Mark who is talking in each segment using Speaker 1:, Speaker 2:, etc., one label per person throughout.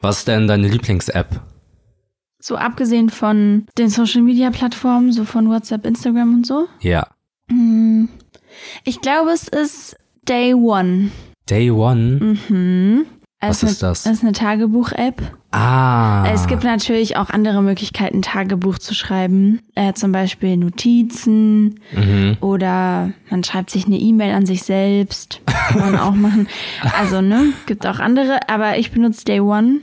Speaker 1: Was ist denn deine Lieblings-App?
Speaker 2: So abgesehen von den Social-Media-Plattformen, so von WhatsApp, Instagram und so.
Speaker 1: Ja.
Speaker 2: Hm, Ich glaube, es ist Day One.
Speaker 1: Day One?
Speaker 2: Mhm.
Speaker 1: Was
Speaker 2: Es
Speaker 1: ist das?
Speaker 2: Eine, es ist eine Tagebuch-App.
Speaker 1: Ah.
Speaker 2: Es gibt natürlich auch andere Möglichkeiten, Tagebuch zu schreiben. Äh, zum Beispiel Notizen
Speaker 1: Mhm.
Speaker 2: oder man schreibt sich eine E-Mail an sich selbst. Kann man auch machen. Also, ne? Gibt auch andere, aber ich benutze Day One.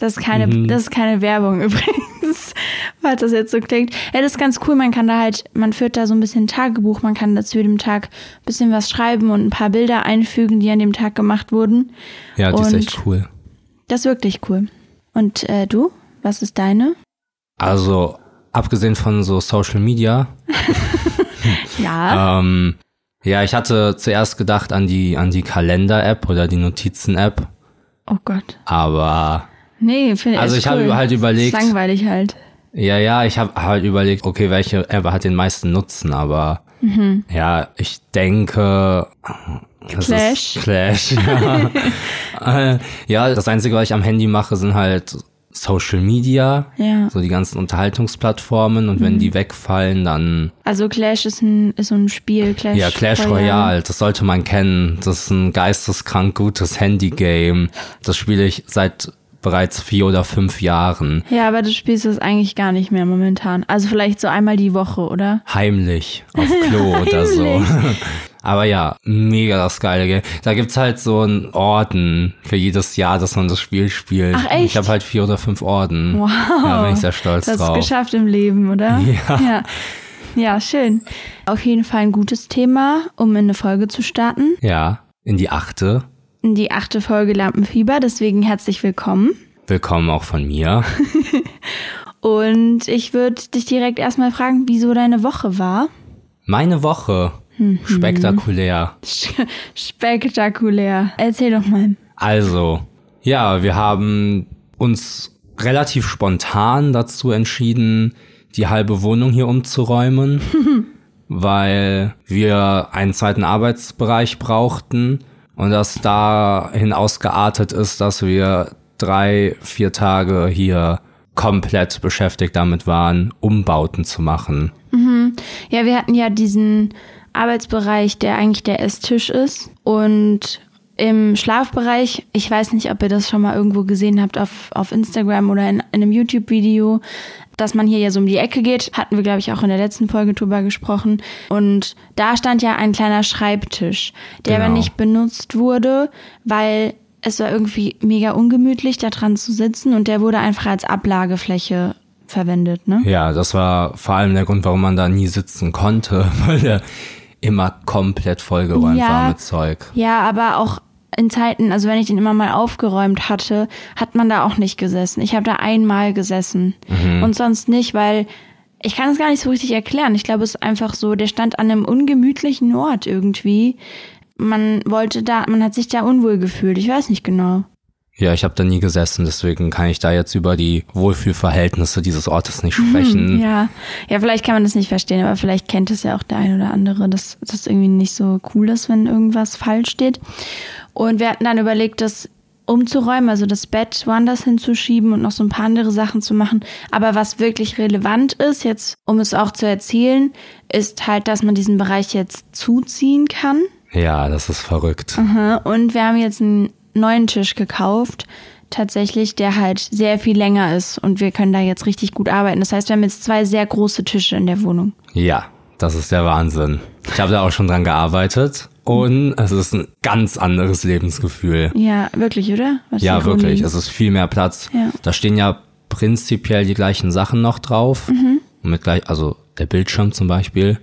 Speaker 2: Das ist keine,
Speaker 1: Mhm.
Speaker 2: das ist keine Werbung übrigens, falls das jetzt so klingt. Ja, das ist ganz cool. Man kann da halt, man führt da so ein bisschen Tagebuch. Man kann da zu jedem Tag ein bisschen was schreiben und ein paar Bilder einfügen, die an dem Tag gemacht wurden.
Speaker 1: Ja, die ist
Speaker 2: und-
Speaker 1: echt cool.
Speaker 2: Das ist wirklich cool. Und äh, du? Was ist deine?
Speaker 1: Also, abgesehen von so Social Media,
Speaker 2: Ja.
Speaker 1: ähm, ja, ich hatte zuerst gedacht an die, an die Kalender-App oder die Notizen-App,
Speaker 2: Oh Gott.
Speaker 1: aber
Speaker 2: Nee, finde
Speaker 1: Also
Speaker 2: ist
Speaker 1: ich habe
Speaker 2: cool.
Speaker 1: halt überlegt-
Speaker 2: Ist langweilig halt.
Speaker 1: ja, ja, ich habe halt überlegt, okay, welche App hat den meisten Nutzen, aber ja, ich denke. das
Speaker 2: Clash.
Speaker 1: Ist Clash, ja. Äh, ja, das Einzige, was ich am Handy mache, sind halt Social Media,
Speaker 2: Ja.
Speaker 1: so die ganzen Unterhaltungsplattformen und wenn die wegfallen, dann
Speaker 2: Also Clash ist ein ist so ein Spiel Clash.
Speaker 1: Ja, Clash Royale. das sollte man kennen. Das ist ein geisteskrank gutes Handy-Game. Das spiele ich seit bereits vier oder fünf Jahren.
Speaker 2: Ja, aber du spielst es eigentlich gar nicht mehr momentan. Also vielleicht so einmal die Woche, oder?
Speaker 1: Heimlich auf Klo oder so. Aber ja, mega das geile Game. Da gibt's halt so einen Orden für jedes Jahr, dass man das Spiel spielt.
Speaker 2: Ach, echt?
Speaker 1: Ich habe halt vier oder fünf Orden.
Speaker 2: Wow.
Speaker 1: Da bin ich sehr stolz
Speaker 2: Das ist
Speaker 1: drauf.
Speaker 2: geschafft im Leben, oder?
Speaker 1: Ja.
Speaker 2: ja. Ja, schön. Auf jeden Fall ein gutes Thema, um in eine Folge zu starten.
Speaker 1: Ja, in die achte.
Speaker 2: In die achte Folge Lampenfieber, deswegen herzlich willkommen.
Speaker 1: Willkommen auch von mir.
Speaker 2: Und ich würde dich direkt erstmal fragen, wieso deine Woche war.
Speaker 1: Meine Woche.
Speaker 2: Hm,
Speaker 1: Spektakulär.
Speaker 2: Spektakulär. Erzähl doch mal.
Speaker 1: Also, ja, wir haben uns relativ spontan dazu entschieden, die halbe Wohnung hier umzuräumen, weil wir einen zweiten Arbeitsbereich brauchten und das dahin ausgeartet ist, dass wir drei, vier Tage hier komplett beschäftigt damit waren, Umbauten zu machen.
Speaker 2: Ja, wir hatten ja diesen Arbeitsbereich, der eigentlich der Esstisch ist. Und im Schlafbereich, ich weiß nicht, ob ihr das schon mal irgendwo gesehen habt auf, auf Instagram oder in, in einem YouTube-Video, dass man hier ja so um die Ecke geht, hatten wir, glaube ich, auch in der letzten Folge drüber gesprochen. Und da stand ja ein kleiner Schreibtisch, der aber
Speaker 1: Genau.
Speaker 2: nicht benutzt wurde, weil es war irgendwie mega ungemütlich, da dran zu sitzen und der wurde einfach als Ablagefläche verwendet, ne?
Speaker 1: Ja, das war vor allem der Grund, warum man da nie sitzen konnte, weil der immer komplett vollgeräumt
Speaker 2: Ja.
Speaker 1: war mit Zeug.
Speaker 2: Ja, aber auch in Zeiten, also wenn ich den immer mal aufgeräumt hatte, hat man da auch nicht gesessen. Ich habe da einmal gesessen und sonst nicht, weil ich kann es gar nicht so richtig erklären. Ich glaube, es ist einfach so, der stand an einem ungemütlichen Ort irgendwie. Man wollte da, man hat sich da unwohl gefühlt. Ich weiß nicht genau.
Speaker 1: Ja, ich habe da nie gesessen, deswegen kann ich da jetzt über die Wohlfühlverhältnisse dieses Ortes nicht
Speaker 2: Mhm,
Speaker 1: sprechen.
Speaker 2: Hm, Ja, ja, vielleicht kann man das nicht verstehen, aber vielleicht kennt es ja auch der ein oder andere, dass das irgendwie nicht so cool ist, wenn irgendwas falsch steht. Und wir hatten dann überlegt, das umzuräumen, also das Bett woanders hinzuschieben und noch so ein paar andere Sachen zu machen. Aber was wirklich relevant ist, jetzt, um es auch zu erzählen, ist halt, dass man diesen Bereich jetzt zuziehen kann.
Speaker 1: ja. das ist verrückt.
Speaker 2: Aha, Und wir haben jetzt einen neuen Tisch gekauft, tatsächlich, der halt sehr viel länger ist und wir können da jetzt richtig gut arbeiten. Das heißt, wir haben jetzt zwei sehr große Tische in der Wohnung.
Speaker 1: Ja, das ist der Wahnsinn. Ich habe da auch schon dran gearbeitet und es ist ein ganz anderes Lebensgefühl.
Speaker 2: Ja, wirklich, oder? Was
Speaker 1: Ja,
Speaker 2: für Gründe.
Speaker 1: wirklich. also, Es ist viel mehr Platz.
Speaker 2: Ja.
Speaker 1: Da stehen ja prinzipiell die gleichen Sachen noch drauf.
Speaker 2: Mhm.
Speaker 1: Mit gleich, also der Bildschirm zum Beispiel,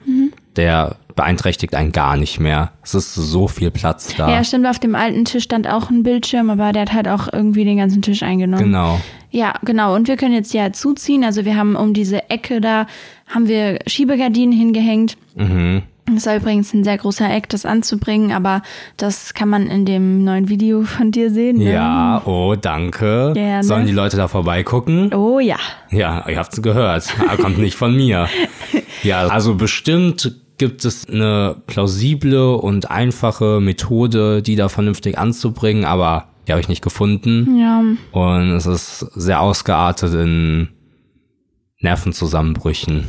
Speaker 1: der beeinträchtigt einen gar nicht mehr. Es ist so viel Platz da.
Speaker 2: ja, stimmt, auf dem alten Tisch stand auch ein Bildschirm, aber der hat halt auch irgendwie den ganzen Tisch eingenommen.
Speaker 1: genau.
Speaker 2: Ja, genau. Und wir können jetzt ja zuziehen. Also wir haben um diese Ecke da, haben wir Schiebegardinen hingehängt.
Speaker 1: Mhm.
Speaker 2: Es war übrigens ein sehr großer Eck, das anzubringen, aber das kann man in dem neuen Video von dir sehen. ne?
Speaker 1: Ja, oh, danke.
Speaker 2: Gerne.
Speaker 1: Sollen die Leute da vorbeigucken?
Speaker 2: Oh ja.
Speaker 1: Ja, ihr habt's gehört. Ah, Kommt nicht von mir. Ja, also bestimmt gibt es eine plausible und einfache Methode, die da vernünftig anzubringen, aber Die habe ich nicht gefunden.
Speaker 2: Ja.
Speaker 1: Und es ist sehr ausgeartet in Nervenzusammenbrüchen.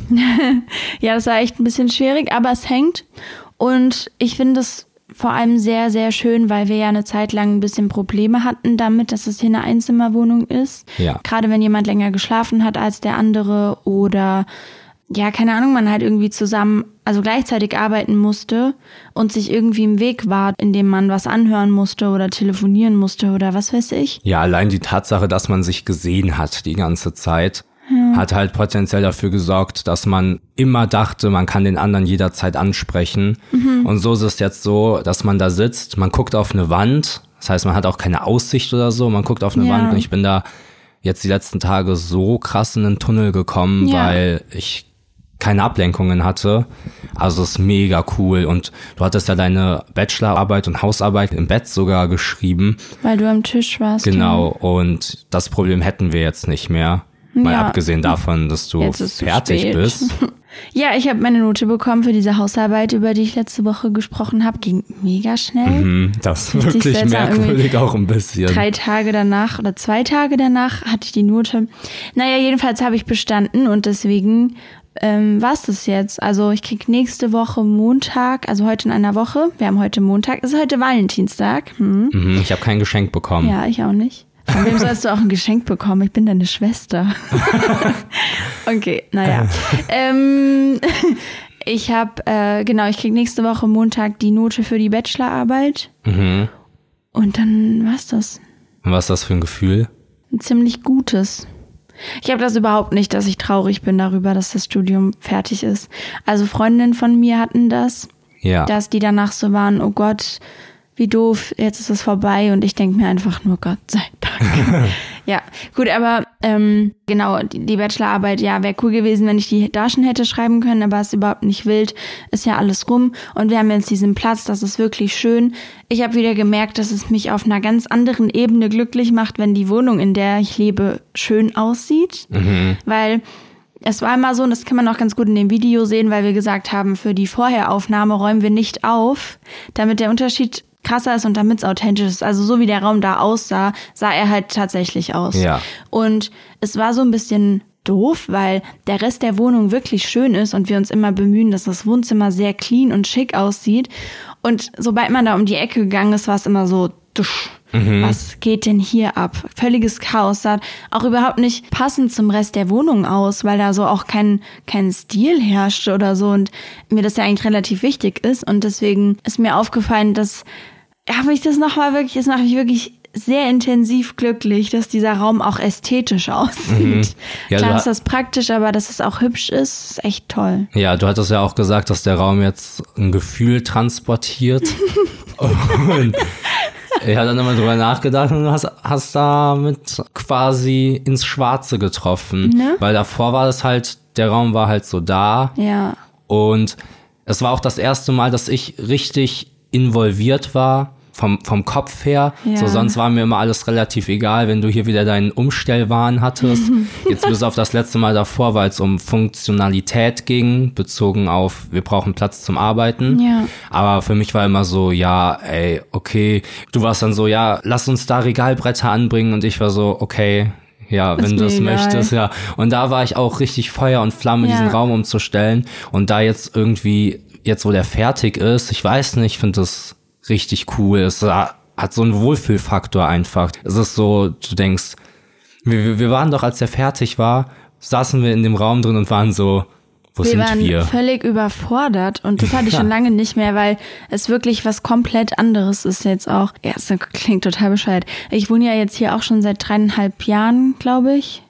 Speaker 2: Ja, das war echt ein bisschen schwierig, aber es hängt. Und ich finde es vor allem sehr, sehr schön, weil wir ja eine Zeit lang ein bisschen Probleme hatten damit, dass es hier eine Einzimmerwohnung ist.
Speaker 1: Ja.
Speaker 2: Gerade wenn jemand länger geschlafen hat als der andere oder ja, keine Ahnung, man halt irgendwie zusammen, also gleichzeitig arbeiten musste und sich irgendwie im Weg war, indem man was anhören musste oder telefonieren musste oder was weiß ich.
Speaker 1: Ja, allein die Tatsache, dass man sich gesehen hat die ganze Zeit, hat halt potenziell dafür gesorgt, dass man immer dachte, man kann den anderen jederzeit ansprechen.
Speaker 2: Mhm.
Speaker 1: Und so ist es jetzt so, dass man da sitzt, man guckt auf eine Wand, das heißt, man hat auch keine Aussicht oder so, man guckt auf eine
Speaker 2: Ja.
Speaker 1: Wand und ich bin da jetzt die letzten Tage so krass in den Tunnel gekommen,
Speaker 2: Ja.
Speaker 1: weil ich keine Ablenkungen hatte. Also es ist mega cool. Und du hattest ja deine Bachelorarbeit und Hausarbeit im Bett sogar geschrieben.
Speaker 2: Weil du am Tisch warst.
Speaker 1: Genau, und das Problem hätten wir jetzt nicht mehr. Mal
Speaker 2: Ja.
Speaker 1: abgesehen davon, dass du
Speaker 2: Jetzt ist es
Speaker 1: fertig
Speaker 2: spät.
Speaker 1: bist.
Speaker 2: Ja, ich habe meine Note bekommen für diese Hausarbeit, über die ich letzte Woche gesprochen habe. Ging mega schnell.
Speaker 1: Hm, Das ist
Speaker 2: Richtig
Speaker 1: wirklich
Speaker 2: seltsam,
Speaker 1: merkwürdig
Speaker 2: irgendwie.
Speaker 1: auch ein bisschen.
Speaker 2: Drei Tage danach oder zwei Tage danach hatte ich die Note. Naja, jedenfalls habe ich bestanden und deswegen ähm, war es das jetzt. Also ich krieg nächste Woche Montag, also heute in einer Woche. Wir haben heute Montag, ist heute Valentinstag. Hm.
Speaker 1: Mhm, ich habe kein Geschenk bekommen.
Speaker 2: Ja, ich auch nicht. Von wem sollst du auch ein Geschenk bekommen? Ich bin deine Schwester. okay, naja. ähm, ich habe, äh, genau, ich krieg nächste Woche Montag die Note für die Bachelorarbeit.
Speaker 1: Mhm.
Speaker 2: Und dann war's das.
Speaker 1: Und was ist das für ein Gefühl?
Speaker 2: Ein ziemlich gutes. Ich habe das überhaupt nicht, dass ich traurig bin darüber, dass das Studium fertig ist. Also Freundinnen von mir hatten das,
Speaker 1: Ja.
Speaker 2: dass die danach so waren, oh Gott, wie doof, jetzt ist es vorbei und ich denke mir einfach nur, Gott sei Dank. ja, gut, aber ähm, genau, die, die Bachelorarbeit, ja, wäre cool gewesen, wenn ich die da schon hätte schreiben können, aber es ist überhaupt nicht wild, ist ja alles rum und wir haben jetzt diesen Platz, das ist wirklich schön. Ich habe wieder gemerkt, dass es mich auf einer ganz anderen Ebene glücklich macht, wenn die Wohnung, in der ich lebe, schön aussieht, weil es war immer so, und das kann man auch ganz gut in dem Video sehen, weil wir gesagt haben, für die Vorheraufnahme räumen wir nicht auf, damit der Unterschied krasser ist und damit es authentisch ist. Also so wie der Raum da aussah, sah er halt tatsächlich aus.
Speaker 1: Ja.
Speaker 2: Und es war so ein bisschen doof, weil der Rest der Wohnung wirklich schön ist und wir uns immer bemühen, dass das Wohnzimmer sehr clean und schick aussieht. Und sobald man da um die Ecke gegangen ist, war es immer so, dusch, was geht denn hier ab? Völliges Chaos, sah auch überhaupt nicht passend zum Rest der Wohnung aus, weil da so auch kein, kein Stil herrschte oder so und mir das ja eigentlich relativ wichtig ist und deswegen ist mir aufgefallen, dass habe ich das nochmal wirklich, es macht mich wirklich sehr intensiv glücklich, dass dieser Raum auch ästhetisch aussieht.
Speaker 1: Mhm. Ja, also
Speaker 2: Klar
Speaker 1: du
Speaker 2: ist
Speaker 1: ha-
Speaker 2: das praktisch, aber dass es auch hübsch ist, ist echt toll.
Speaker 1: ja, du hattest ja auch gesagt, dass der Raum jetzt ein Gefühl transportiert. und ich habe dann nochmal drüber nachgedacht und du hast, hast damit quasi ins Schwarze getroffen.
Speaker 2: Ne?
Speaker 1: Weil davor war das halt, der Raum war halt so da.
Speaker 2: Ja,
Speaker 1: Und es war auch das erste Mal, dass ich richtig involviert war. Vom, vom Kopf her.
Speaker 2: Ja.
Speaker 1: So, sonst war mir immer alles relativ egal, wenn du hier wieder deinen Umstellwahn hattest. Jetzt bis auf das letzte Mal davor, weil es um Funktionalität ging, bezogen auf, wir brauchen Platz zum Arbeiten.
Speaker 2: Ja.
Speaker 1: Aber für mich war immer so, ja, ey, okay. Du warst dann so, ja, lass uns da Regalbretter anbringen. Und ich war so, okay, ja, wenn du
Speaker 2: mir
Speaker 1: es
Speaker 2: egal.
Speaker 1: möchtest, ja. Und da war ich auch richtig Feuer und Flamme,
Speaker 2: Ja.
Speaker 1: diesen Raum umzustellen. Und da jetzt irgendwie, jetzt wo der fertig ist, ich weiß nicht, finde das richtig cool. Es ha- hat so einen Wohlfühlfaktor einfach. Es ist so, du denkst, wir, wir- wir waren doch, als der fertig war, saßen wir in dem Raum drin und waren so, wo
Speaker 2: wir
Speaker 1: sind
Speaker 2: waren
Speaker 1: wir?
Speaker 2: völlig überfordert und das hatte ich schon lange nicht mehr, weil es wirklich was komplett anderes ist jetzt auch. Ja, es klingt total bescheuert. Ich wohne ja jetzt hier auch schon seit dreieinhalb Jahren, glaube ich.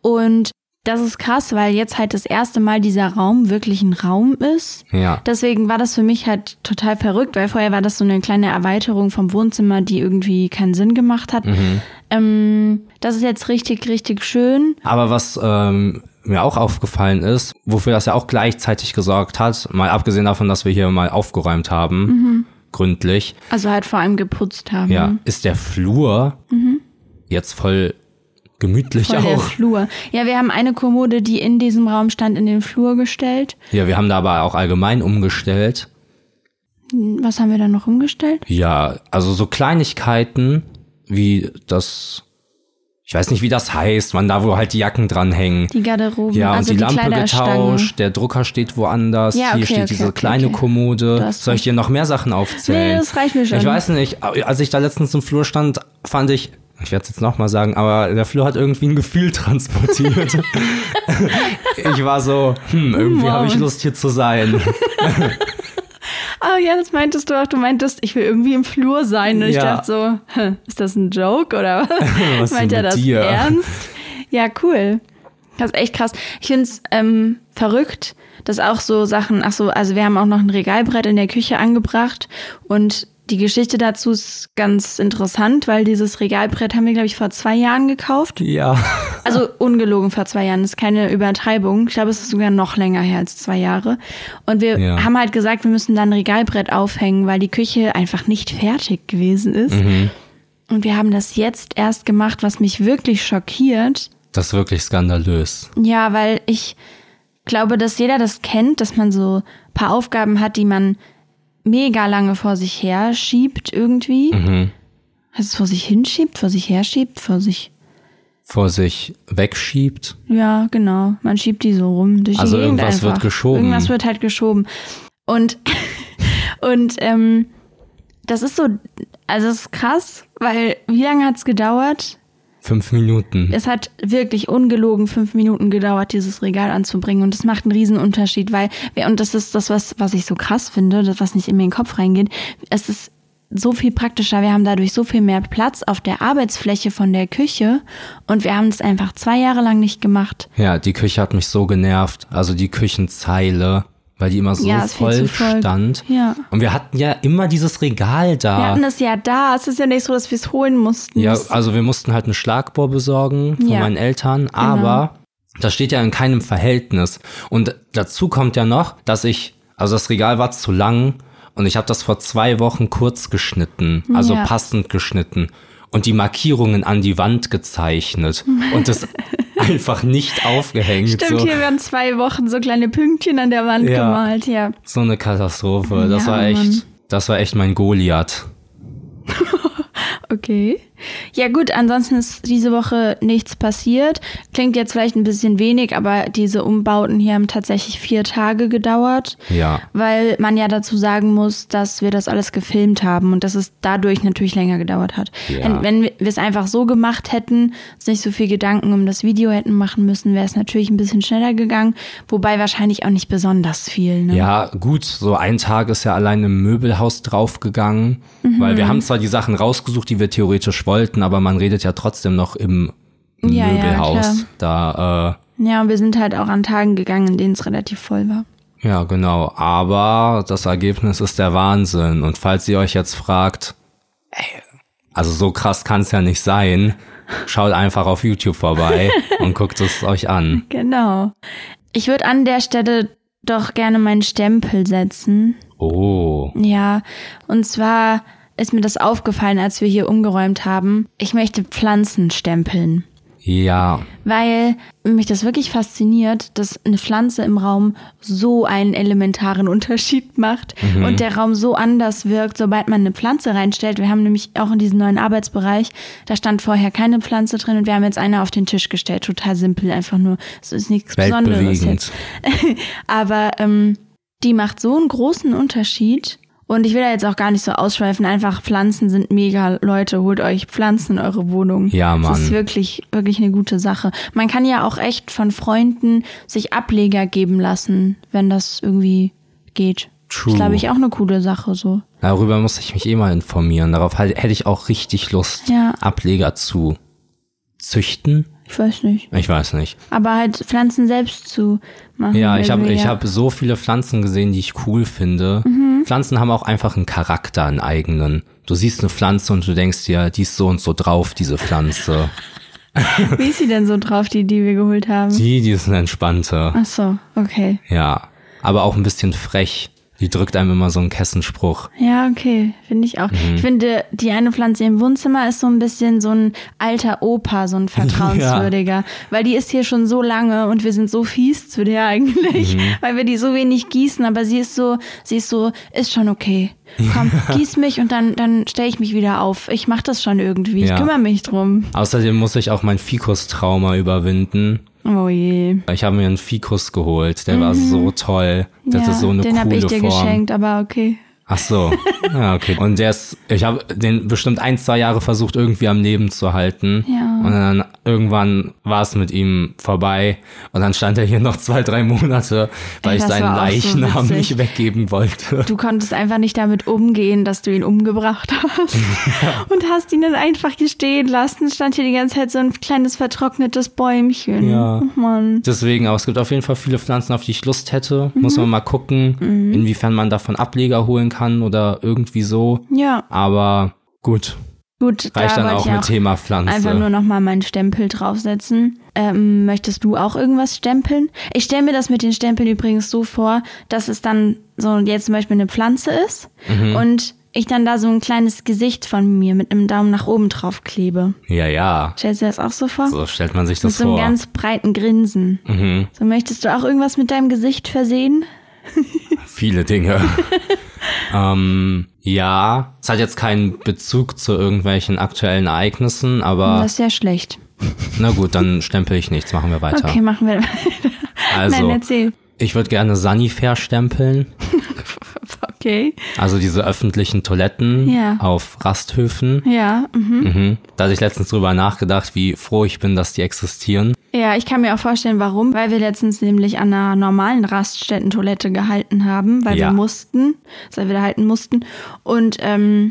Speaker 2: Und das ist krass, weil jetzt halt das erste Mal dieser Raum wirklich ein Raum ist.
Speaker 1: Ja.
Speaker 2: Deswegen war das für mich halt total verrückt, weil vorher war das so eine kleine Erweiterung vom Wohnzimmer, die irgendwie keinen Sinn gemacht hat.
Speaker 1: Mhm.
Speaker 2: Ähm, das ist jetzt richtig, richtig schön.
Speaker 1: Aber was ähm, mir auch aufgefallen ist, wofür das ja auch gleichzeitig gesorgt hat, mal abgesehen davon, dass wir hier mal aufgeräumt haben,
Speaker 2: Mhm.
Speaker 1: gründlich,
Speaker 2: Also halt vor allem geputzt haben.
Speaker 1: ja, ist der Flur jetzt voll gemütlich
Speaker 2: Voll der
Speaker 1: auch.
Speaker 2: Flur. Ja, wir haben eine Kommode, die in diesem Raum stand, in den Flur gestellt.
Speaker 1: Ja, wir haben da aber auch allgemein umgestellt.
Speaker 2: Was haben wir da noch umgestellt?
Speaker 1: Ja, also so Kleinigkeiten. wie das, ich weiß nicht, wie das heißt, man da, wo halt die Jacken dranhängen.
Speaker 2: Die Garderoben,
Speaker 1: Ja,
Speaker 2: also
Speaker 1: und die,
Speaker 2: die
Speaker 1: Lampe
Speaker 2: Kleiderstangen.
Speaker 1: getauscht, der Drucker steht woanders,
Speaker 2: Ja,
Speaker 1: hier
Speaker 2: okay,
Speaker 1: steht
Speaker 2: okay,
Speaker 1: diese
Speaker 2: okay,
Speaker 1: kleine
Speaker 2: okay. Du
Speaker 1: Kommode.
Speaker 2: hast
Speaker 1: Soll ich dir noch mehr Sachen aufzählen?
Speaker 2: Nee, das reicht mir schon.
Speaker 1: Ich weiß nicht, als ich da letztens im Flur stand, fand ich, ich werde es jetzt nochmal sagen, aber der Flur hat irgendwie ein Gefühl transportiert. ich war so, hm, irgendwie habe ich
Speaker 2: Moment.
Speaker 1: Lust hier zu sein.
Speaker 2: Ah ja, das meintest du auch. Du meintest, ich will irgendwie im Flur sein. Und ich
Speaker 1: Ja.
Speaker 2: dachte so, hä, ist das ein Joke oder
Speaker 1: Was
Speaker 2: was?
Speaker 1: ist
Speaker 2: Meint
Speaker 1: denn
Speaker 2: er
Speaker 1: mit
Speaker 2: das
Speaker 1: dir?
Speaker 2: ernst? Ja, cool. Das ist echt krass. Ich finde es ähm, verrückt, dass auch so Sachen, ach so, also wir haben auch noch ein Regalbrett in der Küche angebracht und die Geschichte dazu ist ganz interessant, weil dieses Regalbrett haben wir, glaube ich, vor zwei Jahren gekauft.
Speaker 1: ja.
Speaker 2: Also ungelogen vor zwei Jahren, ist keine Übertreibung. Ich glaube, es ist sogar noch länger her als zwei Jahre. Und wir
Speaker 1: Ja.
Speaker 2: haben halt gesagt, wir müssen da ein Regalbrett aufhängen, weil die Küche einfach nicht fertig gewesen ist. Und wir haben das jetzt erst gemacht, was mich wirklich schockiert.
Speaker 1: Das ist wirklich skandalös.
Speaker 2: Ja, weil ich glaube, dass jeder das kennt, dass man so ein paar Aufgaben hat, die man mega lange vor sich her schiebt irgendwie. Heißt es vor sich hinschiebt, vor sich herschiebt, vor sich
Speaker 1: Vor sich wegschiebt.
Speaker 2: Ja, genau. Man schiebt die so rum durch
Speaker 1: Also
Speaker 2: die Gegend
Speaker 1: irgendwas
Speaker 2: einfach.
Speaker 1: wird geschoben.
Speaker 2: Irgendwas wird halt geschoben. Und, und ähm, das ist so, also es ist krass, weil wie lange hat's gedauert?
Speaker 1: Fünf Minuten.
Speaker 2: Es hat wirklich ungelogen fünf Minuten gedauert, dieses Regal anzubringen. Und das macht einen riesen Unterschied, weil, wir- und das ist das, was, was ich so krass finde, das, was nicht in den Kopf reingeht. Es ist so viel praktischer. Wir haben dadurch so viel mehr Platz auf der Arbeitsfläche von der Küche. Und wir haben es einfach zwei Jahre lang nicht gemacht.
Speaker 1: Ja, die Küche hat mich so genervt. Also die Küchenzeile, weil die immer so
Speaker 2: Ja, ist viel
Speaker 1: voll
Speaker 2: zu voll.
Speaker 1: stand.
Speaker 2: Ja.
Speaker 1: Und wir hatten ja immer dieses Regal
Speaker 2: Wir
Speaker 1: da.
Speaker 2: hatten es ja da. Es ist ja nicht so, dass wir es holen mussten.
Speaker 1: Ah. Ja,
Speaker 2: Das-
Speaker 1: also wir mussten halt einen Schlagbohr besorgen von
Speaker 2: Ja. Genau.
Speaker 1: meinen Eltern, aber das steht ja in keinem Verhältnis. Und dazu kommt ja noch, dass ich, also das Regal war zu lang und ich habe das vor zwei Wochen kurz geschnitten, also
Speaker 2: Ja.
Speaker 1: passend geschnitten und die Markierungen an die Wand gezeichnet und das einfach nicht aufgehängt.
Speaker 2: Stimmt,
Speaker 1: so.
Speaker 2: hier werden zwei Wochen so kleine Pünktchen an der Wand
Speaker 1: Ja.
Speaker 2: gemalt. Ja.
Speaker 1: so eine Katastrophe. Das
Speaker 2: Ja,
Speaker 1: war echt,
Speaker 2: Mann.
Speaker 1: das war echt mein Goliath.
Speaker 2: Okay. Ja gut, ansonsten ist diese Woche nichts passiert. Klingt jetzt vielleicht ein bisschen wenig, aber diese Umbauten hier haben tatsächlich vier Tage gedauert.
Speaker 1: Ja.
Speaker 2: Weil man ja dazu sagen muss, dass wir das alles gefilmt haben und dass es dadurch natürlich länger gedauert hat.
Speaker 1: Ja.
Speaker 2: Wenn- Wenn wir es einfach so gemacht hätten, uns nicht so viel Gedanken um das Video hätten machen müssen, wäre es natürlich ein bisschen schneller gegangen. Wobei wahrscheinlich auch nicht besonders viel. Ne?
Speaker 1: Ja, gut, so ein Tag ist ja allein im Möbelhaus draufgegangen,
Speaker 2: Mhm.
Speaker 1: weil wir haben zwar die Sachen rausgesucht, die wir theoretisch wollten, aber man redet ja trotzdem noch im
Speaker 2: Ja, ja,
Speaker 1: Möbelhaus. da,
Speaker 2: ja, und wir sind halt auch an Tagen gegangen, in denen es relativ voll war.
Speaker 1: äh, ja, genau. Aber das Ergebnis ist der Wahnsinn. Und falls ihr euch jetzt fragt, ey, also so krass kann's ja nicht sein, schaut einfach auf YouTube vorbei und guckt es euch an.
Speaker 2: Genau. Ich würde an der Stelle doch gerne meinen Stempel setzen.
Speaker 1: Oh,
Speaker 2: Ja, und zwar ist mir das aufgefallen, als wir hier umgeräumt haben. Ich möchte Pflanzen stempeln,
Speaker 1: ja,
Speaker 2: weil mich das wirklich fasziniert, dass eine Pflanze im Raum so einen elementaren Unterschied macht und der Raum so anders wirkt, sobald man eine Pflanze reinstellt. Wir haben nämlich auch in diesem neuen Arbeitsbereich, da stand vorher keine Pflanze drin und wir haben jetzt eine auf den Tisch gestellt. Total simpel, einfach nur. Es ist nichts Besonderes
Speaker 1: weltbewegend.
Speaker 2: jetzt. Aber ähm, die macht so einen großen Unterschied. Und ich will da jetzt auch gar nicht so ausschweifen. Einfach Pflanzen sind mega. Leute, holt euch Pflanzen in eure Wohnung.
Speaker 1: Ja,
Speaker 2: Das ist
Speaker 1: Mann.
Speaker 2: wirklich, wirklich eine gute Sache. Man kann ja auch echt von Freunden sich Ableger geben lassen, wenn das irgendwie geht.
Speaker 1: True.
Speaker 2: Das ist, glaube ich, auch eine coole Sache so.
Speaker 1: Darüber muss ich mich eh mal informieren. Darauf halt, hätte ich auch richtig Lust,
Speaker 2: Ja.
Speaker 1: Ableger zu züchten.
Speaker 2: Ich weiß nicht.
Speaker 1: Ich weiß nicht.
Speaker 2: Aber halt Pflanzen selbst zu machen.
Speaker 1: Ja, ich habe
Speaker 2: irgendwie,
Speaker 1: ich
Speaker 2: ja. Mhm.
Speaker 1: hab so viele Pflanzen gesehen, die ich cool finde. Pflanzen haben auch einfach einen Charakter, einen eigenen. Du siehst eine Pflanze und du denkst dir, die ist so und so drauf, diese Pflanze.
Speaker 2: Wie ist sie denn so drauf, die, die wir geholt haben?
Speaker 1: Die, die ist eine entspannte.
Speaker 2: Ach so, okay.
Speaker 1: Ja. Aber auch ein bisschen frech. Die drückt einem immer so einen Kessenspruch.
Speaker 2: Ja, okay, finde ich auch.
Speaker 1: Mhm.
Speaker 2: Ich finde, die eine Pflanze im Wohnzimmer ist so ein bisschen so ein alter Opa, so ein vertrauenswürdiger, weil die ist hier schon so lange und wir sind so fies zu der eigentlich,
Speaker 1: Mhm.
Speaker 2: weil wir die so wenig gießen, aber sie ist so, sie ist so, ist schon okay. Komm, gieß mich und dann, dann stelle ich mich wieder auf. Ich mache das schon irgendwie.
Speaker 1: Ja.
Speaker 2: Ich kümmere mich drum.
Speaker 1: Außerdem muss ich auch mein Fikus-Trauma überwinden.
Speaker 2: Oh je.
Speaker 1: Ich habe mir einen Fikus geholt. Der war so toll. Das
Speaker 2: Mhm. ja,
Speaker 1: ist so eine
Speaker 2: den habe
Speaker 1: coole
Speaker 2: ich dir
Speaker 1: Form.
Speaker 2: geschenkt, aber okay.
Speaker 1: Ach so. Ja, okay. Und der ist, ich habe den bestimmt ein, zwei Jahre versucht, irgendwie am Leben zu halten.
Speaker 2: Ja.
Speaker 1: Und dann irgendwann war es mit ihm vorbei. Und dann stand er hier noch zwei, drei Monate, weil
Speaker 2: Ey,
Speaker 1: ich
Speaker 2: das
Speaker 1: seinen
Speaker 2: war auch so
Speaker 1: Leichnam
Speaker 2: witzig.
Speaker 1: nicht weggeben wollte.
Speaker 2: Du konntest einfach nicht damit umgehen, dass du ihn umgebracht hast. Und hast ihn dann einfach hier stehen lassen. Stand hier die ganze Zeit so ein kleines vertrocknetes Bäumchen.
Speaker 1: Ja.
Speaker 2: Oh Mann.
Speaker 1: Deswegen auch, es gibt auf jeden Fall viele Pflanzen, auf die ich Lust hätte.
Speaker 2: Mhm.
Speaker 1: Muss man mal gucken, inwiefern man davon Ableger holen kann oder irgendwie so.
Speaker 2: Ja,
Speaker 1: Aber gut,
Speaker 2: gut.
Speaker 1: reicht
Speaker 2: da
Speaker 1: dann auch
Speaker 2: wollte
Speaker 1: mit
Speaker 2: ich
Speaker 1: Thema Pflanze.
Speaker 2: Einfach nur nochmal meinen Stempel draufsetzen. Ähm, möchtest du auch irgendwas stempeln? Ich stelle mir das mit den Stempeln übrigens so vor, dass es dann so jetzt zum Beispiel eine Pflanze ist
Speaker 1: Mhm.
Speaker 2: und ich dann da so ein kleines Gesicht von mir mit einem Daumen nach oben drauf klebe.
Speaker 1: ja, ja.
Speaker 2: Stellst du dir das auch so vor?
Speaker 1: So stellt man sich
Speaker 2: Mit
Speaker 1: das
Speaker 2: so einem
Speaker 1: vor.
Speaker 2: ganz breiten Grinsen.
Speaker 1: mhm.
Speaker 2: So, möchtest du auch irgendwas mit deinem Gesicht versehen?
Speaker 1: Viele Dinge. ähm, ja, es hat jetzt keinen Bezug zu irgendwelchen aktuellen Ereignissen, aber
Speaker 2: Das ist ja schlecht.
Speaker 1: na gut, dann stempel ich nichts, machen wir weiter.
Speaker 2: Okay, machen wir.
Speaker 1: Also,
Speaker 2: Nein, erzähl.
Speaker 1: ich würde gerne Sanifair stempeln,
Speaker 2: Okay.
Speaker 1: also diese öffentlichen Toiletten
Speaker 2: Ja.
Speaker 1: auf Rasthöfen.
Speaker 2: Ja, mhm.
Speaker 1: Mhm. Da hatte ich letztens drüber nachgedacht, wie froh ich bin, dass die existieren.
Speaker 2: Ja, ich kann mir auch vorstellen, warum. Weil wir letztens nämlich an einer normalen Raststättentoilette gehalten haben, weil
Speaker 1: Ja.
Speaker 2: wir mussten, weil wir da halten mussten. Und ähm,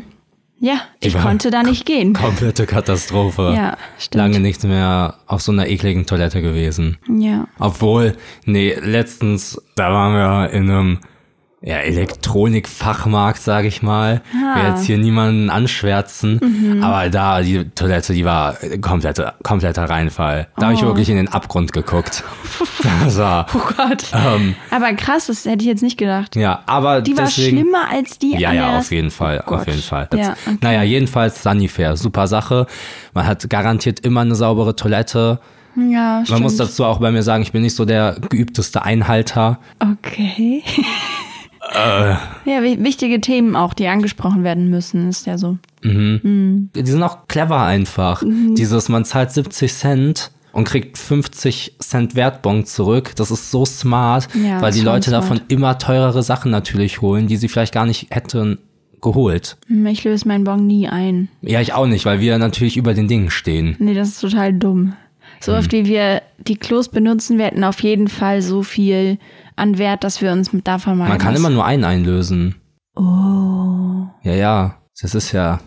Speaker 2: ja, ich
Speaker 1: war-
Speaker 2: konnte da nicht gehen.
Speaker 1: Komplette Katastrophe.
Speaker 2: Ja, stimmt.
Speaker 1: Lange nicht mehr auf so einer ekligen Toilette gewesen.
Speaker 2: Ja.
Speaker 1: Obwohl, nee, letztens, da waren wir in einem ja, Elektronikfachmarkt, sage ich mal.
Speaker 2: Ah. Mhm.
Speaker 1: Ich will jetzt hier niemanden anschwärzen, aber da, die Toilette, die war kompletter, kompletter Reinfall. Da habe ich
Speaker 2: Oh.
Speaker 1: wirklich in den Abgrund geguckt. das war,
Speaker 2: Oh Gott.
Speaker 1: Ähm.
Speaker 2: Aber krass, das hätte ich jetzt nicht gedacht.
Speaker 1: ja, aber
Speaker 2: Die war
Speaker 1: deswegen,
Speaker 2: schlimmer als die
Speaker 1: ja,
Speaker 2: an der
Speaker 1: ja, auf
Speaker 2: Rast-
Speaker 1: jeden Fall, auf
Speaker 2: Oh Gott.
Speaker 1: jeden Fall.
Speaker 2: Ja, okay.
Speaker 1: Naja, jedenfalls Sanifair, super Sache. Man hat garantiert immer eine saubere Toilette.
Speaker 2: Ja, stimmt.
Speaker 1: Man muss dazu auch bei mir sagen, ich bin nicht so der geübteste Einhalter.
Speaker 2: Okay.
Speaker 1: Äh.
Speaker 2: Ja, wi- wichtige Themen auch, die angesprochen werden müssen, ist ja so.
Speaker 1: Die sind auch clever einfach.
Speaker 2: Mhm.
Speaker 1: Dieses, man zahlt 70 Cent und kriegt 50 Cent Wertbon zurück. Das ist so smart,
Speaker 2: Ja,
Speaker 1: weil
Speaker 2: ist
Speaker 1: die
Speaker 2: schon
Speaker 1: Leute
Speaker 2: smart.
Speaker 1: davon immer teurere Sachen natürlich holen, die sie vielleicht gar nicht hätten geholt.
Speaker 2: Hm, Ich löse meinen Bon nie ein.
Speaker 1: Ja, ich auch nicht, weil wir natürlich über den Dingen stehen.
Speaker 2: Nee, das ist total dumm. So
Speaker 1: Mhm.
Speaker 2: oft wie wir die Klos benutzen, wir hätten auf jeden Fall so viel an Wert, dass wir uns davon mal.
Speaker 1: Man kann immer nur einen einlösen.
Speaker 2: Oh.
Speaker 1: Ja, ja. Das ist ja.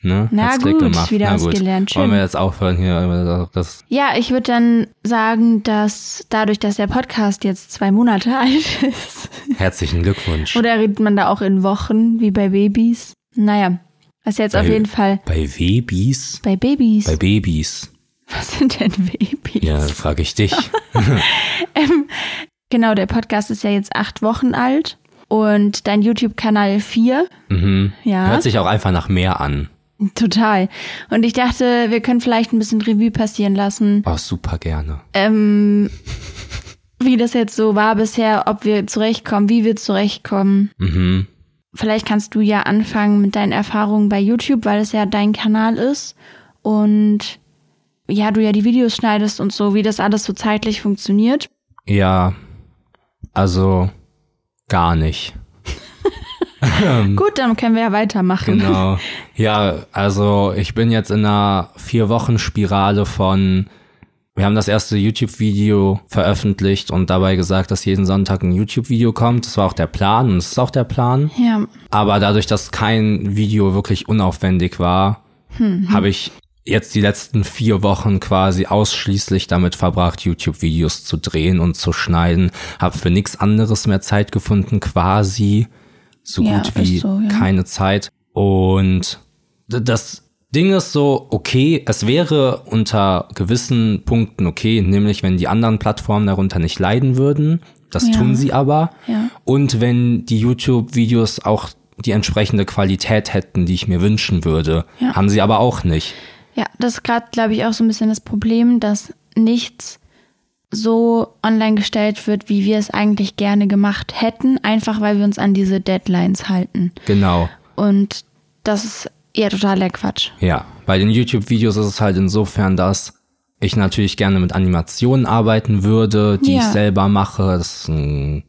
Speaker 1: Ne?
Speaker 2: Na
Speaker 1: Hat's Klick
Speaker 2: gut,
Speaker 1: gemacht.
Speaker 2: wieder
Speaker 1: Na
Speaker 2: was
Speaker 1: gut.
Speaker 2: gelernt.
Speaker 1: Wollen wir
Speaker 2: Schön.
Speaker 1: jetzt aufhören hier über das.
Speaker 2: Ja, ich würde dann sagen, dass dadurch, dass der Podcast jetzt zwei Monate alt ist,
Speaker 1: Herzlichen Glückwunsch.
Speaker 2: oder redet man da auch in Wochen, wie bei Babys? Naja, das ist jetzt auf
Speaker 1: Bei-
Speaker 2: jeden Fall
Speaker 1: bei Babys?
Speaker 2: bei Babys.
Speaker 1: Bei Babys.
Speaker 2: Was sind denn Babys?
Speaker 1: Ja, frage ich dich.
Speaker 2: Genau, der Podcast ist ja jetzt acht Wochen alt und dein YouTube-Kanal vier.
Speaker 1: Mhm.
Speaker 2: Ja.
Speaker 1: Hört sich auch einfach nach mehr an.
Speaker 2: Total. Und ich dachte, wir können vielleicht ein bisschen Revue passieren lassen,
Speaker 1: Oh, super gerne.
Speaker 2: ähm, wie das jetzt so war bisher, ob wir zurechtkommen, wie wir zurechtkommen.
Speaker 1: Mhm.
Speaker 2: Vielleicht kannst du ja anfangen mit deinen Erfahrungen bei YouTube, weil es ja dein Kanal ist und ja, du ja die Videos schneidest und so, wie das alles so zeitlich funktioniert.
Speaker 1: Ja, also gar nicht.
Speaker 2: Gut, dann können wir ja weitermachen.
Speaker 1: Mhm. Genau. ja, also ich bin jetzt in einer Vier-Wochen-Spirale von. Wir haben das erste YouTube-Video veröffentlicht und dabei gesagt, dass jeden Sonntag ein YouTube-Video kommt. Das war auch der Plan und es ist auch der Plan.
Speaker 2: Ja,
Speaker 1: Aber dadurch, dass kein Video wirklich unaufwendig war,
Speaker 2: Hm.
Speaker 1: habe ich jetzt die letzten vier Wochen quasi ausschließlich damit verbracht, YouTube-Videos zu drehen und zu schneiden. Habe für nichts anderes mehr Zeit gefunden, quasi so
Speaker 2: Ja,
Speaker 1: gut wie
Speaker 2: ist so, ja.
Speaker 1: keine Zeit. Und d- das Ding ist so, okay, es wäre unter gewissen Punkten okay, nämlich wenn die anderen Plattformen darunter nicht leiden würden, Das
Speaker 2: Ja.
Speaker 1: tun sie aber.
Speaker 2: Ja.
Speaker 1: Und wenn die YouTube-Videos auch die entsprechende Qualität hätten, die ich mir wünschen würde,
Speaker 2: Ja.
Speaker 1: haben sie aber auch nicht.
Speaker 2: Ja, das ist gerade, glaube ich, auch so ein bisschen das Problem, dass nichts so online gestellt wird, wie wir es eigentlich gerne gemacht hätten, einfach weil wir uns an diese Deadlines halten.
Speaker 1: Genau.
Speaker 2: Und das ist ja total der Quatsch.
Speaker 1: Ja, bei den YouTube-Videos ist es halt insofern, dass ich natürlich gerne mit Animationen arbeiten würde, die
Speaker 2: Ja.
Speaker 1: ich selber mache. Das ist ein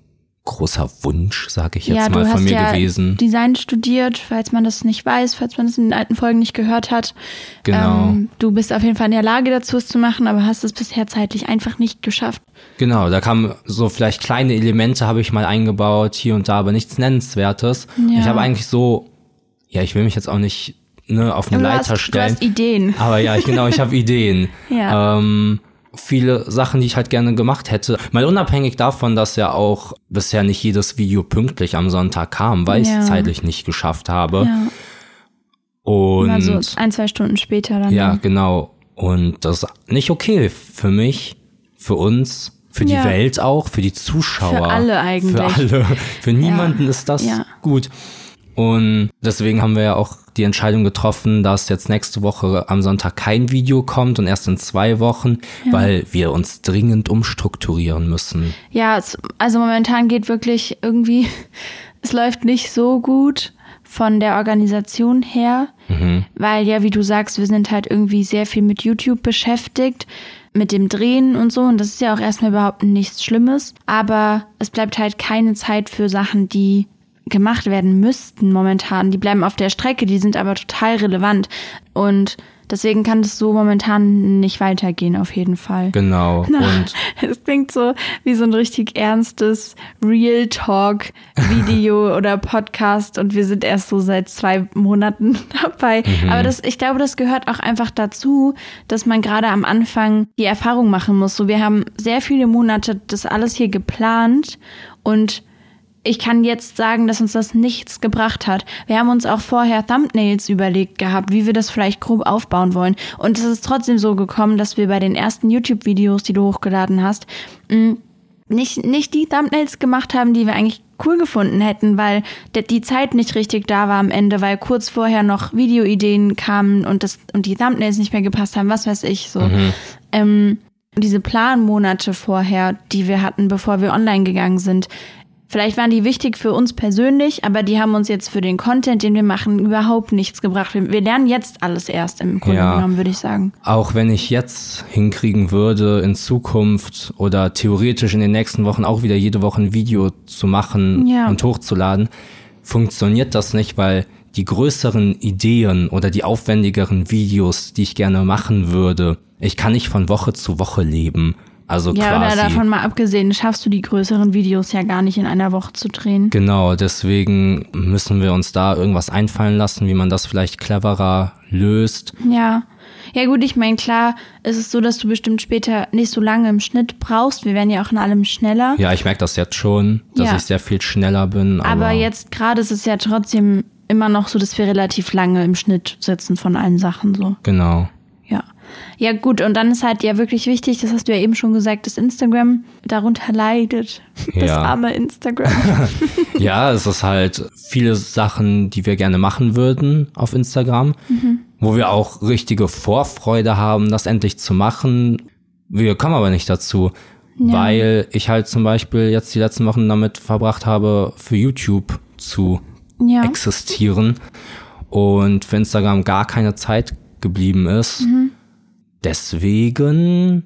Speaker 1: großer Wunsch, sage ich jetzt
Speaker 2: ja,
Speaker 1: mal,
Speaker 2: du
Speaker 1: von
Speaker 2: hast
Speaker 1: mir
Speaker 2: ja
Speaker 1: gewesen.
Speaker 2: Design studiert, falls man das nicht weiß, falls man das in den alten Folgen nicht gehört hat.
Speaker 1: Genau.
Speaker 2: Ähm, du bist auf jeden Fall in der Lage dazu, es zu machen, aber hast es bisher zeitlich einfach nicht geschafft.
Speaker 1: Genau, da kamen so vielleicht kleine Elemente habe ich mal eingebaut, hier und da, aber nichts Nennenswertes.
Speaker 2: Ja.
Speaker 1: Ich habe eigentlich so, ja, ich will mich jetzt auch nicht ne, auf den
Speaker 2: Du
Speaker 1: Leiter
Speaker 2: hast, du
Speaker 1: stellen.
Speaker 2: hast Ideen.
Speaker 1: Aber ja, ich, genau, ich habe Ideen.
Speaker 2: Ja.
Speaker 1: Ähm, viele Sachen, die ich halt gerne gemacht hätte. Mal unabhängig davon, dass ja auch bisher nicht jedes Video pünktlich am Sonntag kam, weil ich
Speaker 2: Ja.
Speaker 1: es zeitlich nicht geschafft habe.
Speaker 2: Ja,
Speaker 1: Und
Speaker 2: mal so ein, zwei Stunden später dann.
Speaker 1: ja, genau. Und das ist nicht okay für mich, für uns, für
Speaker 2: Ja.
Speaker 1: die Welt auch, für die Zuschauer.
Speaker 2: Für alle eigentlich.
Speaker 1: Für alle. Für niemanden ist das
Speaker 2: Ja.
Speaker 1: gut. Und deswegen haben wir ja auch die Entscheidung getroffen, dass jetzt nächste Woche am Sonntag kein Video kommt und erst in zwei Wochen, weil wir uns dringend umstrukturieren müssen.
Speaker 2: Ja, es, also momentan geht wirklich irgendwie, es läuft nicht so gut von der Organisation her, weil ja, wie du sagst, wir sind halt irgendwie sehr viel mit YouTube beschäftigt, mit dem Drehen und so. Und das ist ja auch erstmal überhaupt nichts Schlimmes. Aber es bleibt halt keine Zeit für Sachen, die gemacht werden müssten momentan. Die bleiben auf der Strecke, die sind aber total relevant. Und deswegen kann das so momentan nicht weitergehen, auf jeden Fall.
Speaker 1: Genau. Und
Speaker 2: Es klingt so wie so ein richtig ernstes Real Talk Video oder Podcast und wir sind erst so seit zwei Monaten dabei. Aber das, ich glaube, das gehört auch einfach dazu, dass man gerade am Anfang die Erfahrung machen muss. So, wir haben sehr viele Monate das alles hier geplant und ich kann jetzt sagen, dass uns das nichts gebracht hat. Wir haben uns auch vorher Thumbnails überlegt gehabt, wie wir das vielleicht grob aufbauen wollen. Und es ist trotzdem so gekommen, dass wir bei den ersten YouTube-Videos, die du hochgeladen hast, mh, nicht, nicht die Thumbnails gemacht haben, die wir eigentlich cool gefunden hätten, weil de- die Zeit nicht richtig da war am Ende, weil kurz vorher noch Videoideen kamen und, das, und die Thumbnails nicht mehr gepasst haben, was weiß ich so.
Speaker 1: Mhm.
Speaker 2: Ähm, diese Planmonate vorher, die wir hatten, bevor wir online gegangen sind, vielleicht waren die wichtig für uns persönlich, aber die haben uns jetzt für den Content, den wir machen, überhaupt nichts gebracht. Wir, wir lernen jetzt alles erst im Grunde
Speaker 1: Ja.
Speaker 2: genommen, würde ich sagen.
Speaker 1: auch wenn ich jetzt hinkriegen würde, in Zukunft oder theoretisch in den nächsten Wochen auch wieder jede Woche ein Video zu machen
Speaker 2: Ja.
Speaker 1: und hochzuladen, funktioniert das nicht, weil die größeren Ideen oder die aufwendigeren Videos, die ich gerne machen würde, ich kann nicht von Woche zu Woche leben. Also
Speaker 2: Ja,
Speaker 1: quasi.
Speaker 2: oder davon mal abgesehen, schaffst du die größeren Videos ja gar nicht in einer Woche zu drehen.
Speaker 1: Genau, deswegen müssen wir uns da irgendwas einfallen lassen, wie man das vielleicht cleverer löst.
Speaker 2: Ja. Ja gut, ich meine, klar ist es so, dass du bestimmt später nicht so lange im Schnitt brauchst. Wir werden ja auch in allem schneller.
Speaker 1: Ja, ich merke das jetzt schon, dass
Speaker 2: Ja.
Speaker 1: ich sehr viel schneller bin. Aber,
Speaker 2: Aber jetzt gerade ist es ja trotzdem immer noch so, dass wir relativ lange im Schnitt sitzen von allen Sachen so.
Speaker 1: Genau.
Speaker 2: Ja. Ja, gut, und dann ist halt ja wirklich wichtig, das hast du ja eben schon gesagt, dass Instagram darunter leidet. Das
Speaker 1: Ja.
Speaker 2: arme Instagram.
Speaker 1: Ja, es ist halt viele Sachen, die wir gerne machen würden auf Instagram, wo wir auch richtige Vorfreude haben, das endlich zu machen. Wir kommen aber nicht dazu, weil ich halt zum Beispiel jetzt die letzten Wochen damit verbracht habe, für YouTube zu
Speaker 2: Ja.
Speaker 1: existieren und für Instagram gar keine Zeit geblieben ist. Deswegen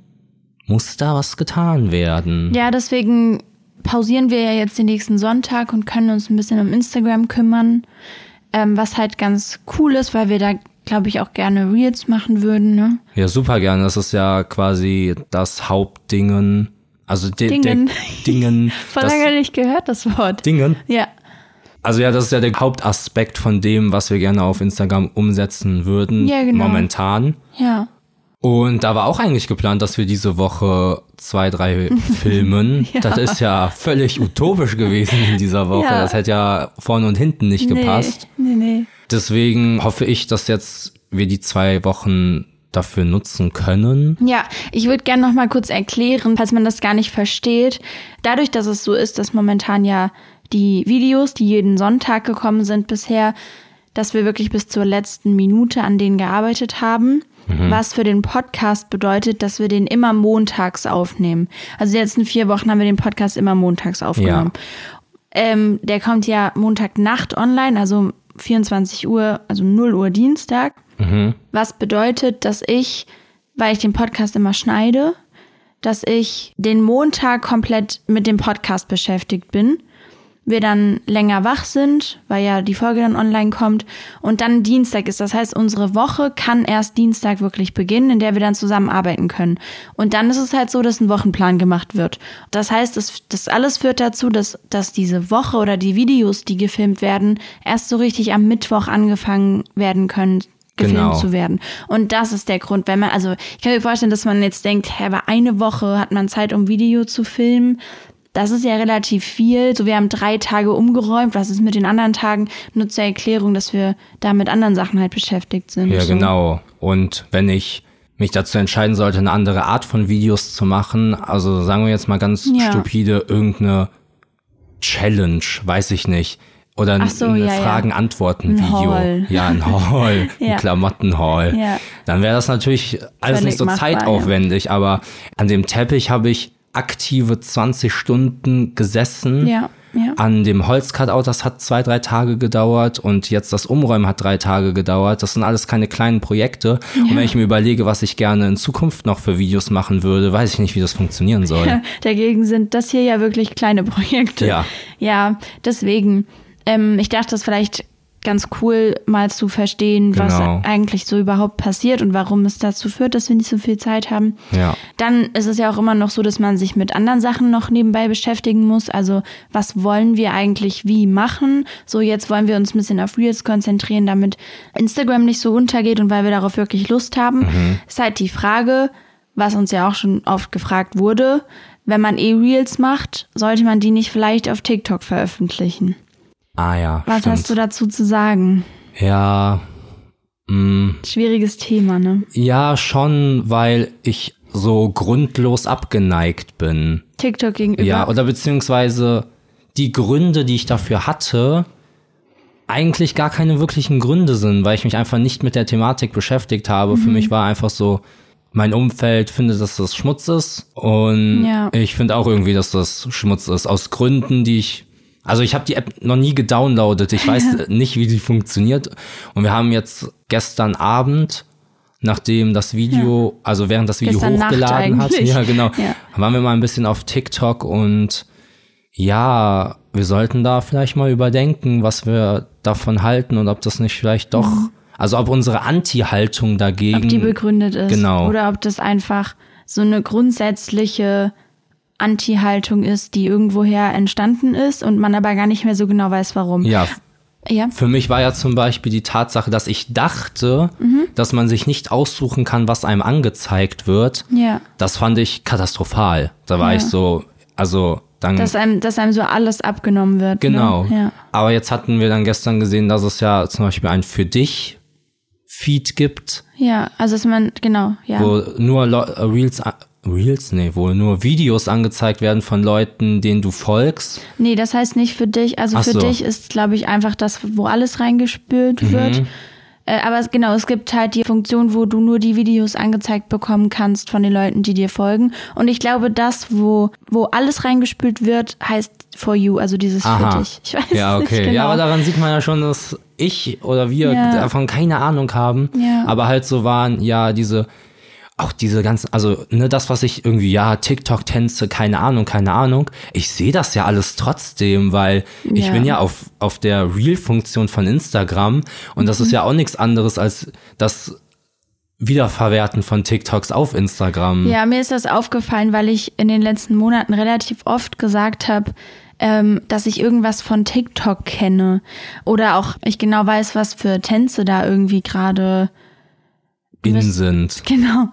Speaker 1: muss da was getan werden.
Speaker 2: Ja, deswegen pausieren wir ja jetzt den nächsten Sonntag und können uns ein bisschen um Instagram kümmern, ähm, was halt ganz cool ist, weil wir da, glaube ich, auch gerne Reels machen würden. Ne?
Speaker 1: Ja, super gerne. Das ist ja quasi das Hauptdingen. Also de,
Speaker 2: Dingen.
Speaker 1: Der, Dingen.
Speaker 2: Von
Speaker 1: das,
Speaker 2: lange nicht gehört das Wort.
Speaker 1: Dingen.
Speaker 2: Ja,
Speaker 1: Also ja, das ist ja der Hauptaspekt von dem, was wir gerne auf Instagram umsetzen würden.
Speaker 2: Ja, genau.
Speaker 1: Momentan.
Speaker 2: ja.
Speaker 1: Und da war auch eigentlich geplant, dass wir diese Woche zwei, drei filmen. Das ist ja völlig utopisch gewesen in dieser Woche.
Speaker 2: Ja.
Speaker 1: Das hätte ja vorne und hinten nicht gepasst.
Speaker 2: Nee, nee, nee.
Speaker 1: Deswegen hoffe ich, dass jetzt wir die zwei Wochen dafür nutzen können.
Speaker 2: Ja, ich würde gerne noch mal kurz erklären, falls man das gar nicht versteht. Dadurch, dass es so ist, dass momentan ja die Videos, die jeden Sonntag gekommen sind bisher, dass wir wirklich bis zur letzten Minute an denen gearbeitet haben. Was für den Podcast bedeutet, dass wir den immer montags aufnehmen. Also die letzten vier Wochen haben wir den Podcast immer montags aufgenommen. Ähm, der kommt ja Montagnacht online, also 24 Uhr, also 0 Uhr Dienstag. Was bedeutet, dass ich, weil ich den Podcast immer schneide, dass ich den Montag komplett mit dem Podcast beschäftigt bin. Wir dann länger wach sind, weil ja die Folge dann online kommt und dann Dienstag ist. Das heißt, unsere Woche kann erst Dienstag wirklich beginnen, in der wir dann zusammenarbeiten können. Und dann ist es halt so, dass ein Wochenplan gemacht wird. Das heißt, das, das alles führt dazu, dass, dass diese Woche oder die Videos, die gefilmt werden, erst so richtig am Mittwoch angefangen werden können, gefilmt
Speaker 1: Genau.
Speaker 2: zu werden. Und das ist der Grund, wenn man, also ich kann mir vorstellen, dass man jetzt denkt, hä, aber eine Woche hat man Zeit, um Video zu filmen. Das ist ja relativ viel. So, wir haben drei Tage umgeräumt. Was ist mit den anderen Tagen? Nur zur Erklärung, dass wir da mit anderen Sachen halt beschäftigt sind.
Speaker 1: Ja,
Speaker 2: so.
Speaker 1: genau. Und wenn ich mich dazu entscheiden sollte, eine andere Art von Videos zu machen, also sagen wir jetzt mal ganz
Speaker 2: Ja.
Speaker 1: stupide, irgendeine Challenge, weiß ich nicht. Oder
Speaker 2: Ach so,
Speaker 1: ein
Speaker 2: ja, ja.
Speaker 1: Fragen-Antworten-Video.
Speaker 2: Ein Haul.
Speaker 1: Ja, ein Haul,
Speaker 2: Ja.
Speaker 1: ein Klamottenhaul.
Speaker 2: Ja.
Speaker 1: Dann wäre das natürlich alles
Speaker 2: Völlig
Speaker 1: nicht so
Speaker 2: machbar, ja.
Speaker 1: zeitaufwendig, aber an dem Teppich habe ich aktive 20 Stunden gesessen
Speaker 2: Ja, ja.
Speaker 1: an dem Holzcutout, das hat zwei, drei Tage gedauert und jetzt das Umräumen hat drei Tage gedauert. Das sind alles keine kleinen Projekte. Und wenn ich mir überlege, was ich gerne in Zukunft noch für Videos machen würde, weiß ich nicht, wie das funktionieren soll.
Speaker 2: Dagegen sind das hier ja wirklich kleine Projekte.
Speaker 1: Ja.
Speaker 2: Ja, deswegen. Ähm, ich dachte, das ist vielleicht ganz cool, mal zu verstehen, was
Speaker 1: Genau.
Speaker 2: eigentlich so überhaupt passiert und warum es dazu führt, dass wir nicht so viel Zeit haben.
Speaker 1: Ja.
Speaker 2: Dann ist es ja auch immer noch so, dass man sich mit anderen Sachen noch nebenbei beschäftigen muss. Also, was wollen wir eigentlich wie machen? So, jetzt wollen wir uns ein bisschen auf Reels konzentrieren, damit Instagram nicht so untergeht und weil wir darauf wirklich Lust haben.
Speaker 1: Mhm.
Speaker 2: Ist halt die Frage, was uns ja auch schon oft gefragt wurde, wenn man eh Reels macht, sollte man die nicht vielleicht auf TikTok veröffentlichen?
Speaker 1: Ah ja.
Speaker 2: Was
Speaker 1: stimmt.
Speaker 2: hast du dazu zu sagen?
Speaker 1: Ja. Mm,
Speaker 2: Schwieriges Thema, ne?
Speaker 1: ja, schon, weil ich so grundlos abgeneigt bin.
Speaker 2: TikTok gegenüber.
Speaker 1: Ja, oder beziehungsweise die Gründe, die ich dafür hatte, eigentlich gar keine wirklichen Gründe sind, weil ich mich einfach nicht mit der Thematik beschäftigt habe.
Speaker 2: Mhm.
Speaker 1: Für mich war einfach so, mein Umfeld findet, dass das Schmutz ist und
Speaker 2: Ja.
Speaker 1: ich finde auch irgendwie, dass das Schmutz ist. Aus Gründen, die ich. Also ich habe die App noch nie gedownloadet. Ich weiß nicht, wie die funktioniert. Und wir haben jetzt gestern Abend, nachdem das Video, also während das Video
Speaker 2: Gestern Nacht
Speaker 1: hochgeladen hat,
Speaker 2: eigentlich.
Speaker 1: ja genau,
Speaker 2: Ja.
Speaker 1: waren wir mal ein bisschen auf TikTok und ja, wir sollten da vielleicht mal überdenken, was wir davon halten und ob das nicht vielleicht doch, also ob unsere Anti-Haltung dagegen.
Speaker 2: Mhm. Ob die begründet ist.
Speaker 1: Genau.
Speaker 2: Oder ob das einfach so eine grundsätzliche Anti-Haltung ist, die irgendwoher entstanden ist und man aber gar nicht mehr so genau weiß, warum.
Speaker 1: ja,
Speaker 2: Ja.
Speaker 1: für mich war ja zum Beispiel die Tatsache, dass ich dachte,
Speaker 2: Mhm.
Speaker 1: dass man sich nicht aussuchen kann, was einem angezeigt wird.
Speaker 2: Ja.
Speaker 1: Das fand ich katastrophal. Da war
Speaker 2: Ja.
Speaker 1: ich so, also dann.
Speaker 2: Dass einem, dass einem so alles abgenommen wird.
Speaker 1: Genau.
Speaker 2: Ne?
Speaker 1: Aber jetzt hatten wir dann gestern gesehen, dass es ja zum Beispiel ein für dich Feed gibt,
Speaker 2: Ja. ja, also dass man, genau, ja.
Speaker 1: wo nur Lo äh, Reels, a- Reels, nee, wo nur Videos angezeigt werden von Leuten, denen du folgst.
Speaker 2: Nee, das heißt nicht für dich. Also
Speaker 1: Ach
Speaker 2: für
Speaker 1: so. Mhm.
Speaker 2: dich ist, glaube ich, einfach das, wo alles reingespült wird. Äh, aber es, genau, es gibt halt die Funktion, wo du nur die Videos angezeigt bekommen kannst von den Leuten, die dir folgen. Und ich glaube, das, wo, wo alles reingespült wird, heißt for you, also dieses für
Speaker 1: Aha.
Speaker 2: dich. Ich weiß
Speaker 1: ja,
Speaker 2: nicht
Speaker 1: okay.
Speaker 2: genau.
Speaker 1: Ja, aber daran sieht man ja schon, dass ich oder wir
Speaker 2: Ja.
Speaker 1: davon keine Ahnung haben.
Speaker 2: Ja.
Speaker 1: Aber halt so waren ja diese, auch diese ganzen, also ne, das, was ich irgendwie, ja, TikTok-Tänze, keine Ahnung, keine Ahnung. Ich sehe das ja alles trotzdem, weil ich
Speaker 2: Ja.
Speaker 1: bin ja auf, auf der Reel-Funktion von Instagram und das ist
Speaker 2: Mhm.
Speaker 1: ja auch nichts anderes als das Wiederverwerten von TikToks auf Instagram.
Speaker 2: Ja, mir ist das aufgefallen, weil ich in den letzten Monaten relativ oft gesagt habe, ähm, dass ich irgendwas von TikTok kenne oder auch ich genau weiß, was für Tänze da irgendwie gerade
Speaker 1: In sind.
Speaker 2: Genau.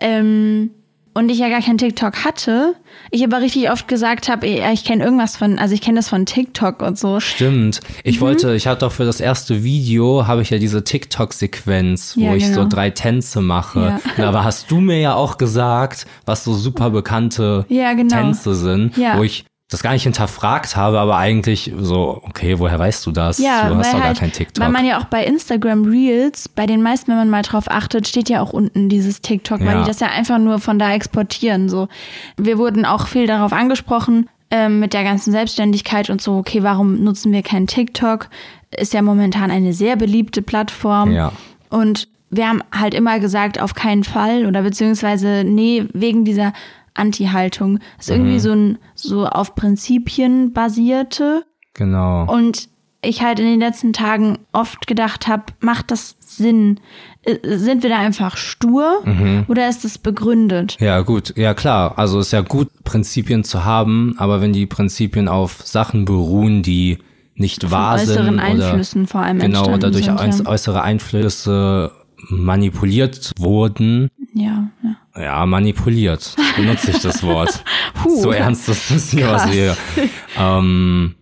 Speaker 2: Ähm, und ich ja gar kein TikTok hatte, ich aber richtig oft gesagt habe, ey, ich kenne irgendwas von, also ich kenne das von TikTok und so.
Speaker 1: Stimmt.
Speaker 2: Mhm.
Speaker 1: Ich wollte, ich hatte doch für das erste Video, habe ich ja diese TikTok-Sequenz, wo
Speaker 2: Ja,
Speaker 1: ich so
Speaker 2: genau.
Speaker 1: drei Tänze mache.
Speaker 2: Ja.
Speaker 1: Und aber hast du mir ja auch gesagt, was so super bekannte
Speaker 2: Ja, genau.
Speaker 1: Tänze sind,
Speaker 2: Ja.
Speaker 1: wo ich das gar nicht hinterfragt habe, aber eigentlich so, okay, woher weißt du das?
Speaker 2: Ja,
Speaker 1: du hast
Speaker 2: weil,
Speaker 1: doch gar
Speaker 2: halt,
Speaker 1: kein TikTok.
Speaker 2: weil man ja auch bei Instagram Reels, bei den meisten, wenn man mal drauf achtet, steht ja auch unten dieses TikTok, weil
Speaker 1: Ja.
Speaker 2: die das ja einfach nur von da exportieren. So. Wir wurden auch viel darauf angesprochen, ähm, mit der ganzen Selbstständigkeit und so, okay, warum nutzen wir kein TikTok? Ist ja momentan eine sehr beliebte Plattform.
Speaker 1: Ja.
Speaker 2: Und wir haben halt immer gesagt, auf keinen Fall oder beziehungsweise, nee, wegen dieser Anti-Haltung. Das ist
Speaker 1: Mhm.
Speaker 2: irgendwie so ein, so auf Prinzipien basierte.
Speaker 1: genau.
Speaker 2: Und ich halt in den letzten Tagen oft gedacht habe, macht das Sinn? Äh, Sind wir da einfach stur
Speaker 1: Mhm.
Speaker 2: oder ist das begründet?
Speaker 1: Ja, gut, ja klar. Also ist ja gut, Prinzipien zu haben, aber wenn die Prinzipien auf Sachen beruhen, die nicht wahr sind
Speaker 2: äußeren
Speaker 1: oder
Speaker 2: Einflüssen vor allem
Speaker 1: genau oder
Speaker 2: entstanden
Speaker 1: durch
Speaker 2: sind,
Speaker 1: ein-
Speaker 2: ja.
Speaker 1: äußere Einflüsse manipuliert wurden,
Speaker 2: Ja, ja.
Speaker 1: ja manipuliert benutze ich das Wort.
Speaker 2: Puh.
Speaker 1: so ernst ist das hier, was
Speaker 2: Krass.
Speaker 1: hier. Ähm,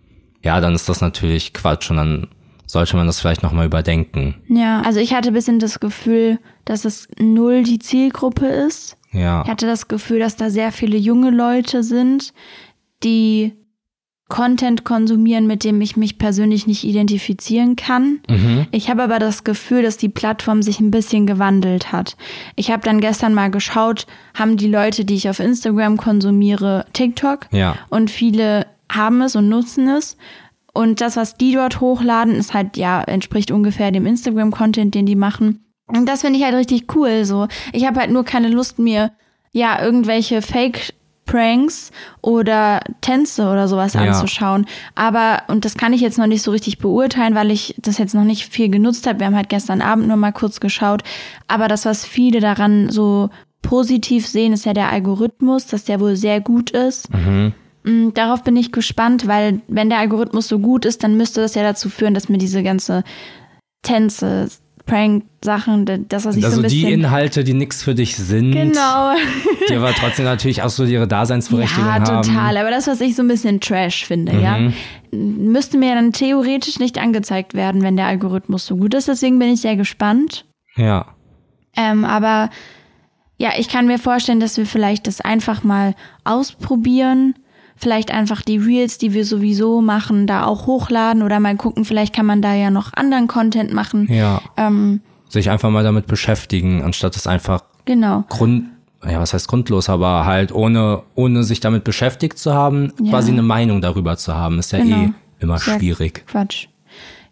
Speaker 1: ja, dann ist das natürlich Quatsch und dann sollte man das vielleicht noch mal überdenken.
Speaker 2: Ja, also ich hatte ein bisschen das Gefühl, dass es null die Zielgruppe ist.
Speaker 1: Ja,
Speaker 2: Ich hatte das Gefühl, dass da sehr viele junge Leute sind, die Content konsumieren, mit dem ich mich persönlich nicht identifizieren kann.
Speaker 1: Mhm.
Speaker 2: Ich habe aber das Gefühl, dass die Plattform sich ein bisschen gewandelt hat. Ich habe dann gestern mal geschaut, haben die Leute, die ich auf Instagram konsumiere, TikTok?
Speaker 1: Ja.
Speaker 2: Und viele haben es und nutzen es. Und das, was die dort hochladen, ist halt, ja, entspricht ungefähr dem Instagram-Content, den die machen. Und das finde ich halt richtig cool. So, ich habe halt nur keine Lust, mir ja irgendwelche Fake-Pranks oder Tänze oder sowas anzuschauen. Aber, und das kann ich jetzt noch nicht so richtig beurteilen, weil ich das jetzt noch nicht viel genutzt habe. Wir haben halt gestern Abend nur mal kurz geschaut. Aber das, was viele daran so positiv sehen, ist ja der Algorithmus, dass der wohl sehr gut ist. Mm, Darauf bin ich gespannt, weil wenn der Algorithmus so gut ist, dann müsste das ja dazu führen, dass mir diese ganze Tänze, Prank-Sachen, d- das, was ich so
Speaker 1: also
Speaker 2: ein bisschen...
Speaker 1: die Inhalte, die nix für dich sind,
Speaker 2: genau.
Speaker 1: die aber trotzdem natürlich auch so ihre Daseinsberechtigung
Speaker 2: Ja,
Speaker 1: haben.
Speaker 2: total. Aber das, was ich so ein bisschen Trash finde, ja,
Speaker 1: Mhm.
Speaker 2: müsste mir dann theoretisch nicht angezeigt werden, wenn der Algorithmus so gut ist. Deswegen bin ich sehr gespannt.
Speaker 1: Ja.
Speaker 2: Ähm, aber ja, ich kann mir vorstellen, dass wir vielleicht das einfach mal ausprobieren. Vielleicht einfach die Reels, die wir sowieso machen, da auch hochladen oder mal gucken, vielleicht kann man da ja noch anderen Content machen.
Speaker 1: Ja.
Speaker 2: Ähm,
Speaker 1: Sich einfach mal damit beschäftigen, anstatt es einfach
Speaker 2: genau.
Speaker 1: grund, ja, was heißt grundlos, aber halt ohne, ohne sich damit beschäftigt zu haben,
Speaker 2: Ja.
Speaker 1: quasi eine Meinung darüber zu haben, ist ja
Speaker 2: Genau.
Speaker 1: eh immer
Speaker 2: Sehr
Speaker 1: schwierig.
Speaker 2: Quatsch.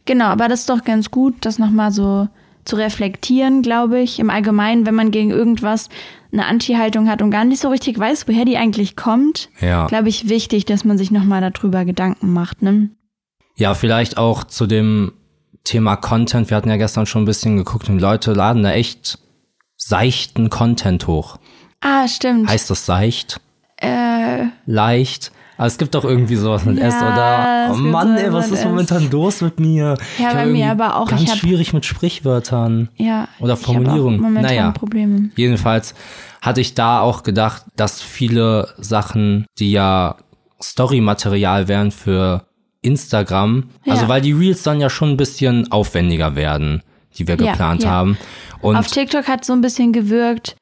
Speaker 2: Genau, aber das ist doch ganz gut, das nochmal so zu reflektieren, glaube ich. Im Allgemeinen, wenn man gegen irgendwas eine Anti-Haltung hat und gar nicht so richtig weiß, woher die eigentlich kommt,
Speaker 1: Ja.
Speaker 2: glaube ich, wichtig, dass man sich nochmal darüber Gedanken macht. Ne?
Speaker 1: Ja, vielleicht auch zu dem Thema Content. Wir hatten ja gestern schon ein bisschen geguckt und Leute laden da echt seichten Content hoch.
Speaker 2: Ah, stimmt.
Speaker 1: Heißt das seicht?
Speaker 2: äh,
Speaker 1: Leicht? Aber es gibt doch irgendwie sowas mit
Speaker 2: Ja,
Speaker 1: S oder.
Speaker 2: es
Speaker 1: Oh
Speaker 2: gibt
Speaker 1: Mann,
Speaker 2: sowas
Speaker 1: ey, was
Speaker 2: mit
Speaker 1: ist
Speaker 2: S.
Speaker 1: momentan los mit mir?
Speaker 2: Ja,
Speaker 1: Ich
Speaker 2: bei
Speaker 1: hab
Speaker 2: mir
Speaker 1: irgendwie
Speaker 2: aber auch. Ich
Speaker 1: Ganz
Speaker 2: hab-
Speaker 1: schwierig mit Sprichwörtern.
Speaker 2: ja.
Speaker 1: Oder
Speaker 2: ich habe auch
Speaker 1: Formulierung.
Speaker 2: Momentan
Speaker 1: Naja.
Speaker 2: Probleme.
Speaker 1: Jedenfalls hatte ich da auch gedacht, dass viele Sachen, die ja Story-Material wären für Instagram,
Speaker 2: Ja.
Speaker 1: also weil die Reels dann ja schon ein bisschen aufwendiger werden, die wir
Speaker 2: Ja,
Speaker 1: geplant
Speaker 2: ja.
Speaker 1: haben.
Speaker 2: Auf
Speaker 1: Und
Speaker 2: TikTok hat so ein bisschen gewirkt,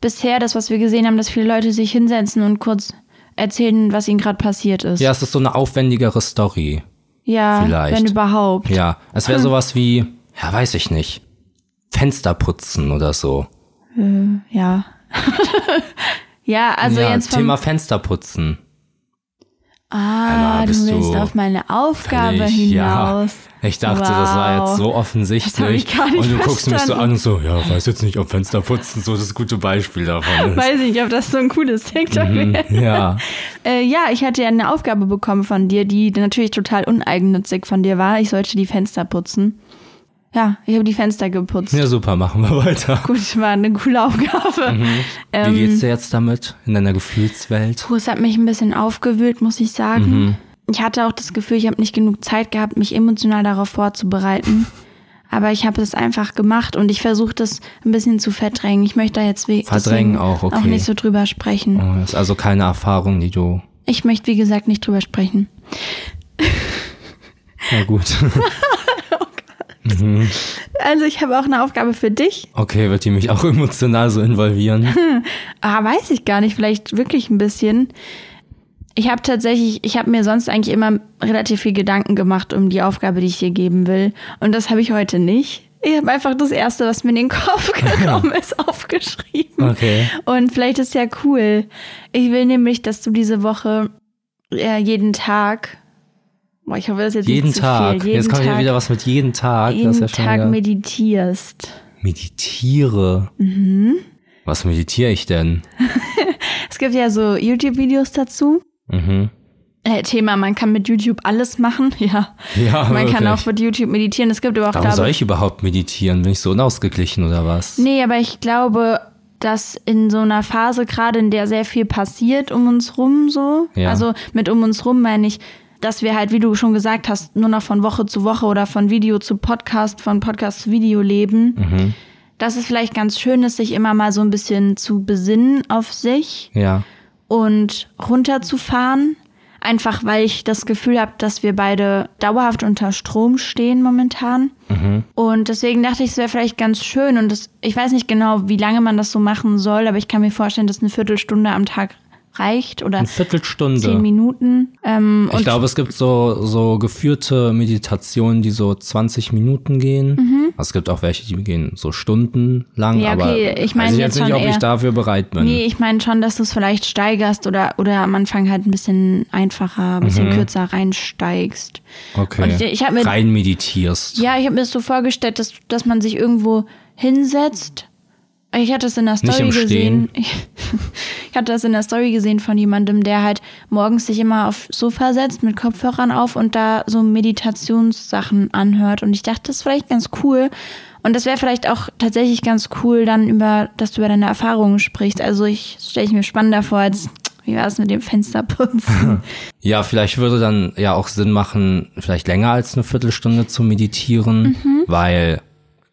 Speaker 2: bisher das, was wir gesehen haben, dass viele Leute sich hinsetzen und kurz erzählen, was ihnen gerade passiert ist.
Speaker 1: ja, es ist so eine aufwendigere Story.
Speaker 2: ja
Speaker 1: vielleicht.
Speaker 2: wenn überhaupt.
Speaker 1: Ja, es
Speaker 2: Hm.
Speaker 1: wäre sowas wie, ja, weiß ich nicht, Fenster putzen oder so.
Speaker 2: Äh, Ja. ja, also
Speaker 1: ja,
Speaker 2: jetzt vom
Speaker 1: Thema Fenster putzen.
Speaker 2: Ah,
Speaker 1: Emma,
Speaker 2: du
Speaker 1: bist
Speaker 2: willst
Speaker 1: du
Speaker 2: auf meine Aufgabe
Speaker 1: Völlig,
Speaker 2: hinaus.
Speaker 1: Ja. Ich dachte, das war jetzt
Speaker 2: Wow.
Speaker 1: so offensichtlich.
Speaker 2: Das hab ich gar nicht
Speaker 1: und du guckst mich so
Speaker 2: verstanden.
Speaker 1: an und so, ja, weiß jetzt nicht, ob Fenster putzen so das gute Beispiel davon ist.
Speaker 2: Weiß nicht, ob das so ein cooles TikTok
Speaker 1: Mhm.
Speaker 2: wäre.
Speaker 1: Ja,
Speaker 2: Äh, ja, ich hatte ja eine Aufgabe bekommen von dir, die natürlich total uneigennützig von dir war. Ich sollte die Fenster putzen. Ja, ich habe die Fenster geputzt.
Speaker 1: ja, super, machen wir weiter.
Speaker 2: Gut, war eine coole Aufgabe.
Speaker 1: Mhm.
Speaker 2: Äh, Ähm.
Speaker 1: Wie geht's dir jetzt damit in deiner Gefühlswelt?
Speaker 2: Puh, es hat mich ein bisschen aufgewühlt, muss ich
Speaker 1: Mhm.
Speaker 2: sagen. Ich hatte auch das Gefühl, ich habe nicht genug Zeit gehabt, mich emotional darauf vorzubereiten. Aber ich habe es einfach gemacht und ich versuche das ein bisschen zu verdrängen. Ich möchte da jetzt we-
Speaker 1: Verdrängen
Speaker 2: deswegen
Speaker 1: auch, okay.
Speaker 2: auch nicht so drüber sprechen.
Speaker 1: Oh, das ist also keine Erfahrung, die du.
Speaker 2: Ich möchte, wie gesagt, nicht drüber sprechen.
Speaker 1: Na gut.
Speaker 2: Also ich habe auch eine Aufgabe für dich.
Speaker 1: Okay, wird die mich auch emotional so involvieren?
Speaker 2: Ah, weiß ich gar nicht, vielleicht wirklich ein bisschen. Ich habe tatsächlich, ich habe mir sonst eigentlich immer relativ viel Gedanken gemacht um die Aufgabe, die ich dir geben will. Und das habe ich heute nicht. Ich habe einfach das Erste, was mir in den Kopf gekommen ist, aufgeschrieben.
Speaker 1: Okay.
Speaker 2: Und vielleicht ist ja cool. Ich will nämlich, dass du diese Woche äh, jeden Tag, boah, ich hoffe, das ist jetzt
Speaker 1: Jeden
Speaker 2: nicht zu
Speaker 1: Tag.
Speaker 2: viel, jeden
Speaker 1: Jetzt kommt
Speaker 2: Tag,
Speaker 1: ja wieder was mit jeden Tag.
Speaker 2: jeden
Speaker 1: das ist ja schon
Speaker 2: Tag
Speaker 1: wieder-
Speaker 2: meditierst.
Speaker 1: Meditiere.
Speaker 2: Mhm.
Speaker 1: Was meditiere ich denn?
Speaker 2: Es gibt ja so YouTube-Videos dazu.
Speaker 1: Mhm.
Speaker 2: Äh, Thema, man kann mit YouTube alles machen, ja.
Speaker 1: Ja,
Speaker 2: man kann
Speaker 1: wirklich.
Speaker 2: auch mit YouTube meditieren. Es gibt aber auch,
Speaker 1: Warum
Speaker 2: glaube
Speaker 1: soll ich überhaupt meditieren? Bin ich so unausgeglichen oder was?
Speaker 2: Nee, aber ich glaube, dass in so einer Phase gerade, in der sehr viel passiert um uns rum so,
Speaker 1: Ja.
Speaker 2: also mit um uns rum meine ich, dass wir halt, wie du schon gesagt hast, nur noch von Woche zu Woche oder von Video zu Podcast, von Podcast zu Video leben,
Speaker 1: Mhm.
Speaker 2: dass es vielleicht ganz schön ist, sich immer mal so ein bisschen zu besinnen auf sich
Speaker 1: Ja.
Speaker 2: und runterzufahren. Einfach weil ich das Gefühl habe, dass wir beide dauerhaft unter Strom stehen momentan. Und deswegen dachte ich, es wäre vielleicht ganz schön. Und das, ich weiß nicht genau, wie lange man das so machen soll, aber ich kann mir vorstellen, dass eine Viertelstunde am Tag reicht oder
Speaker 1: Eine Viertelstunde.
Speaker 2: zehn Minuten. Ähm,
Speaker 1: Ich
Speaker 2: und
Speaker 1: glaube, es gibt so, so geführte Meditationen, die so 20 Minuten gehen. Also Es gibt auch welche, die gehen so stundenlang.
Speaker 2: Mhm. Ja, okay,
Speaker 1: aber
Speaker 2: ich meine
Speaker 1: weiß ich
Speaker 2: jetzt
Speaker 1: jetzt nicht,
Speaker 2: schon
Speaker 1: ob ich
Speaker 2: eher-
Speaker 1: dafür bereit bin.
Speaker 2: nee, ich meine schon, dass du es vielleicht steigerst oder, oder am Anfang halt ein bisschen einfacher, ein bisschen kürzer reinsteigst.
Speaker 1: okay.
Speaker 2: Und ich- ich hab mir-
Speaker 1: Rein meditierst.
Speaker 2: Ja, ich habe mir das so vorgestellt, dass, dass man sich irgendwo hinsetzt. Ich hatte das in der
Speaker 1: Nicht
Speaker 2: Story
Speaker 1: im
Speaker 2: gesehen. Ich, hatte das in der Story gesehen von jemandem, der halt morgens sich immer aufs Sofa setzt mit Kopfhörern auf und da so Meditationssachen anhört. Und ich dachte, das ist vielleicht ganz cool. Und das wäre vielleicht auch tatsächlich ganz cool, dann über, dass du über deine Erfahrungen sprichst. Also ich stelle ich mir spannender vor als, wie war es mit dem Fensterputzen?
Speaker 1: Ja, vielleicht würde dann ja auch Sinn machen, vielleicht länger als eine Viertelstunde zu meditieren,
Speaker 2: Mhm.
Speaker 1: weil,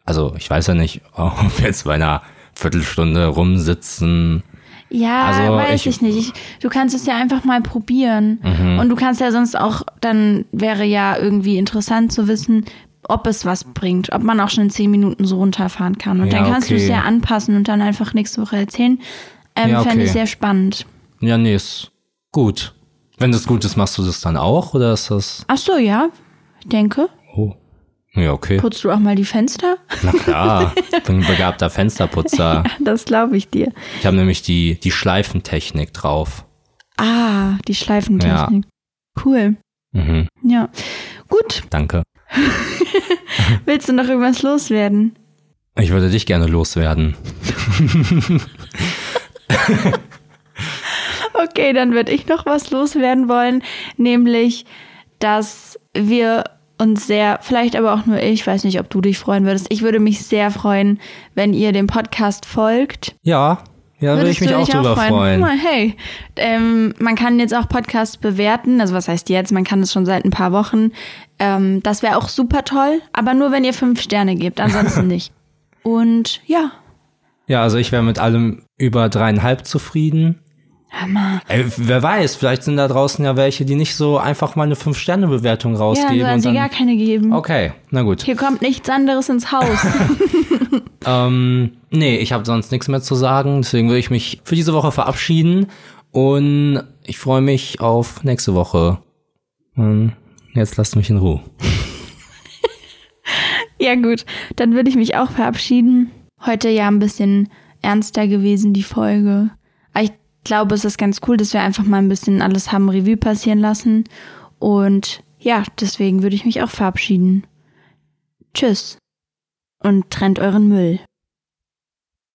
Speaker 1: also ich weiß ja nicht, ob jetzt bei einer Viertelstunde rumsitzen.
Speaker 2: Ja,
Speaker 1: Also,
Speaker 2: weiß ich,
Speaker 1: ich- Mhm.
Speaker 2: nicht. Ich, du kannst es ja einfach mal probieren. Und du kannst ja sonst auch, dann wäre ja irgendwie interessant zu wissen, ob es was bringt, ob man auch schon in zehn Minuten so runterfahren kann. Und
Speaker 1: Ja,
Speaker 2: dann kannst du es
Speaker 1: okay.
Speaker 2: ja anpassen und dann einfach nächste Woche erzählen. Ähm,
Speaker 1: Ja,
Speaker 2: Fände ich
Speaker 1: okay.
Speaker 2: sehr spannend.
Speaker 1: Ja, nee, ist gut. Wenn das gut ist, machst du das dann auch oder ist das.
Speaker 2: Ach so, ja. Ich denke.
Speaker 1: Oh. Ja, okay.
Speaker 2: Putzt du auch mal die Fenster?
Speaker 1: Na klar. Ich bin ein begabter Fensterputzer.
Speaker 2: Das glaube ich dir.
Speaker 1: Ich habe nämlich die, die Schleifentechnik drauf.
Speaker 2: Ah, die Schleifentechnik. Cool.
Speaker 1: Mhm,
Speaker 2: Ja. Gut.
Speaker 1: danke.
Speaker 2: Willst du noch irgendwas loswerden?
Speaker 1: Ich würde dich gerne loswerden.
Speaker 2: Okay, dann würde ich noch was loswerden wollen, nämlich, dass wir uns sehr, vielleicht aber auch nur ich, weiß nicht, ob du dich freuen würdest. Ich würde mich sehr freuen, wenn ihr dem Podcast folgt.
Speaker 1: Ja, ja, würde ich
Speaker 2: Würdest
Speaker 1: mich
Speaker 2: du
Speaker 1: auch
Speaker 2: dich
Speaker 1: drüber freuen.
Speaker 2: Na, hey, ähm, man kann jetzt auch Podcasts bewerten. Also was heißt jetzt? Man kann es schon seit ein paar Wochen. Ähm, das wäre auch super toll, aber nur wenn ihr fünf Sterne gebt, ansonsten nicht. Und ja,
Speaker 1: Ja, also ich wäre mit allem über dreieinhalb zufrieden.
Speaker 2: Hammer.
Speaker 1: Ey, wer weiß, vielleicht sind da draußen ja welche, die nicht so einfach mal eine Fünf-Sterne-Bewertung
Speaker 2: Ja, dann
Speaker 1: rausgeben.
Speaker 2: sollen
Speaker 1: und
Speaker 2: sie
Speaker 1: dann,
Speaker 2: gar keine geben.
Speaker 1: okay, na gut.
Speaker 2: Hier kommt nichts anderes ins Haus.
Speaker 1: Ähm, nee, ich habe sonst nichts mehr zu sagen, deswegen will ich mich für diese Woche verabschieden und ich freue mich auf nächste Woche. Und jetzt lasst mich in Ruhe.
Speaker 2: Ja, gut. Dann würde ich mich auch verabschieden. Heute ja ein bisschen ernster gewesen, die Folge. Aber ich glaube, es ist ganz cool, dass wir einfach mal ein bisschen alles haben Revue passieren lassen. Und ja, deswegen würde ich mich auch verabschieden. Tschüss. Und trennt euren Müll.